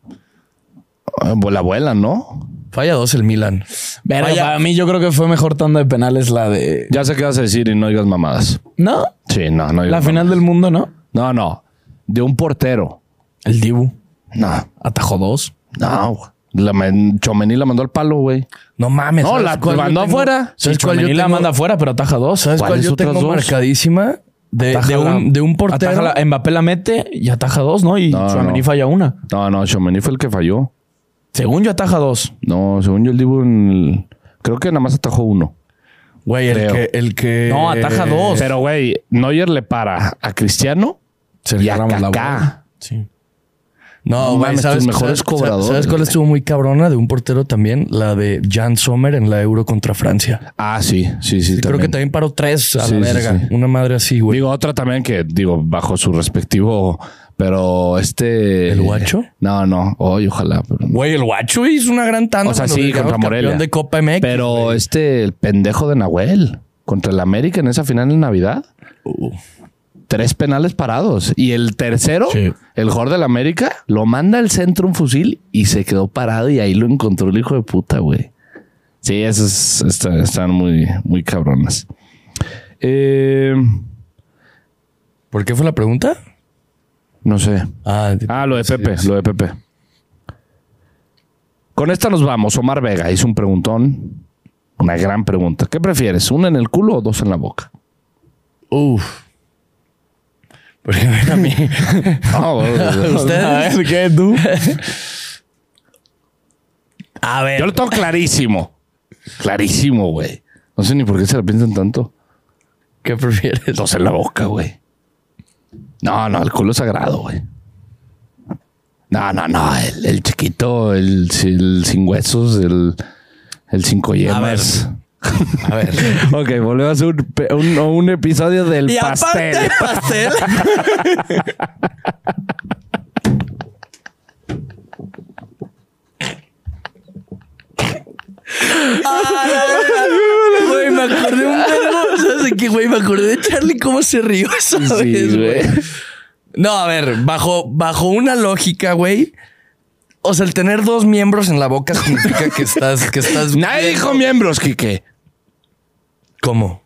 C: La ah, abuela, ¿no?
A: Falla dos el Milan.
B: Verga,
E: Vaya.
B: para mí yo creo que fue mejor tanda de penales la de...
C: Ya sé qué vas a decir y no digas mamadas.
B: ¿No?
C: Sí, no, no digas
B: La final del mundo, ¿no?
C: No, no. De un portero.
B: El Dibu.
C: No,
B: Atajó dos.
C: no. güey. La men- Chomení la mandó al palo, güey.
A: No mames.
C: No,
A: ¿sabes
C: la
A: cuál yo
C: mandó
A: tengo?
C: afuera.
B: Sí,
A: ¿Sabes cuál yo
B: Tchouaméni la
A: tengo?
B: manda afuera, pero ataja dos.
A: ¿Sabes cuál
C: ¿Cuáles
A: yo
C: otras
A: tengo
C: dos?
A: marcadísima? De,
B: Ataja
A: de
B: la-
A: un, de un portero.
B: ataja la- Mbappé la mete y ataja dos, ¿no? Y
C: No,
B: Tchouaméni
C: no.
B: falla una.
C: No, no, Chomení fue el que falló.
B: Según yo, ataja dos.
C: No, según yo el Dibu en el- creo que nada más atajó uno.
A: Güey, el
C: Creo.
A: que, el que.
B: No, ataja dos.
C: Pero güey, Neuer le para a Cristiano
B: Se
C: y a Kaká.
B: Sí.
A: No,
C: No
A: güey,
C: mames,
A: ¿sabes,
C: tus mejores
A: sabes-
C: cobradores,
A: ¿Sabes cuál
C: güey?
A: estuvo muy cabrona de un portero también? La de Jan Sommer en la Euro contra Francia.
C: Ah, sí, sí, sí.
A: Creo que
C: también.
A: también paró tres a
C: Sí, sí,
A: la verga.
C: sí.
A: Una madre así, güey.
C: Digo, otra también que, digo, bajo su respectivo, pero este...
A: ¿El Guacho?
C: No, no, hoy ojalá. pero no.
A: Güey, el Guacho hizo una gran tanda.
C: O sea,
A: cuando
C: sí,
A: llegamos
C: contra Morelia.
A: campeón de Copa MX.
C: Pero este, el pendejo de Nahuel contra el América en esa final en Navidad. Tres penales parados. Y el tercero,
B: Sí.
C: el jugador del América, lo manda al centro un fusil y se quedó parado y ahí lo encontró el hijo de puta, güey. Sí, esas está- están muy, muy cabronas. Eh,
A: ¿Por qué fue la pregunta?
C: no sé.
A: Ah,
C: Ah, lo de Pepe, lo de Pepe. Con esta nos vamos. Omar Vega hizo un preguntón. Una gran pregunta. ¿Qué prefieres? ¿Una en el culo o dos en la boca?
A: Uf. Porque a ver, a mí. ¿Ustedes?
B: ¿Qué tú?
A: A ver.
C: Yo lo tengo clarísimo. Clarísimo, güey. No sé ni por qué se la piensan tanto.
A: ¿Qué prefieres?
C: Dos en la boca, güey. No, no, el culo es sagrado, güey. No, no, no. El, el chiquito, el, el sin huesos, el, el cinco yemas.
A: A ver.
C: Ok, volvemos a un, pe- un- a un episodio del
E: Y
C: pastel.
E: aparte, pastel.
A: Güey, me acordé un vergo. ¿Sabes de qué, güey? Me acordé de Charlie cómo se rió esa vez, güey. No, a ver, bajo, bajo una lógica, güey. O sea, el tener dos miembros en la boca significa que estás, que estás.
C: Nadie dijo miembros, Quique.
A: ¿Cómo?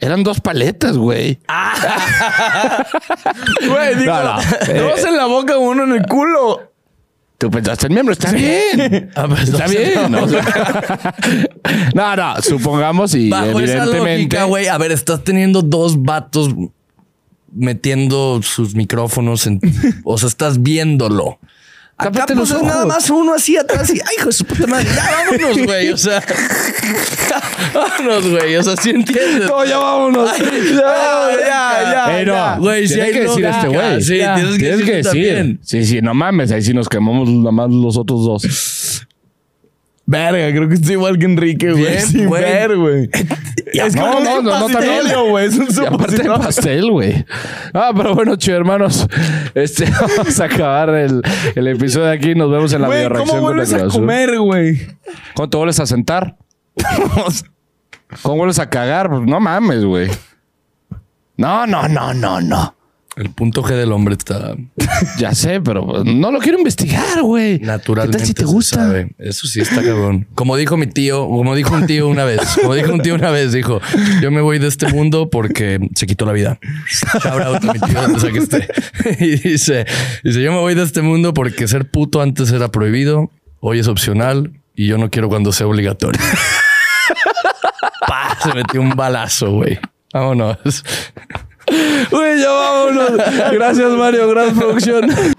C: Eran dos paletas, güey.
A: Ah,
B: Güey, digo,
C: No, no.
B: dos en la boca, uno en el culo.
C: Tú pensaste en miembros, está bien.
A: Ah, pues,
C: Está
A: no sé,
C: bien.
A: no.
C: o sea. No, no, supongamos y
A: Bajo esa
C: evidentemente.
A: lógica, güey. A ver, estás teniendo dos vatos metiendo sus micrófonos en. O sea, estás viéndolo. Acá
C: Tápate
A: pues
C: los
A: es nada
C: ojos.
A: más uno así atrás y ay, hijo de su puta madre, ya vámonos, güey. O sea, vámonos, güey. O sea, sí entiendes.
C: No, ya vámonos.
A: ya,
C: Eh, no.
A: Güey, sí
C: Tienes
A: hay
C: que decir
A: lógica,
C: este güey.
A: Sí,
C: Ya.
A: tienes que decir tú también.
C: Sí, sí, no mames. Ahí sí nos quemamos nada más los otros dos.
B: Verga, creo que estoy igual que Enrique, güey.
A: Bien,
B: Sin
A: güey.
B: ver, güey.
C: No, no, no, no, también.
B: Serio, güey. Es un
C: Y aparte de
B: supositorio.
C: pastel, güey. Ah, pero bueno, chido, hermanos. Este, vamos a acabar el, el episodio de aquí. Nos vemos en la
B: Güey,
C: videoreacción
B: ¿cómo
C: contra
B: vuelves a
C: Cruz Azul.
B: comer, güey?
C: ¿Cómo te vuelves a sentar? ¿Cómo vuelves a cagar? Pues, No mames, güey. No, no, no, no, no.
A: El punto G del hombre está
C: Ya sé, pero pues, no lo quiero investigar, güey.
A: naturalmente.
C: ¿Qué tal si te
A: se
C: gusta?
A: sabe. Eso sí está cabrón. Como dijo mi tío, como dijo un tío una vez, como dijo un tío una vez, dijo: Yo me voy de este mundo porque se quitó la vida. Shout out a mi tío, donde sea que esté. Y dice: Dice, yo me voy de este mundo porque ser puto antes era prohibido, hoy es opcional y yo no quiero cuando sea obligatorio. Pa, se metió un balazo, güey. Vámonos.
C: Güey, ya vámonos. Gracias, Mario. Gracias, producción.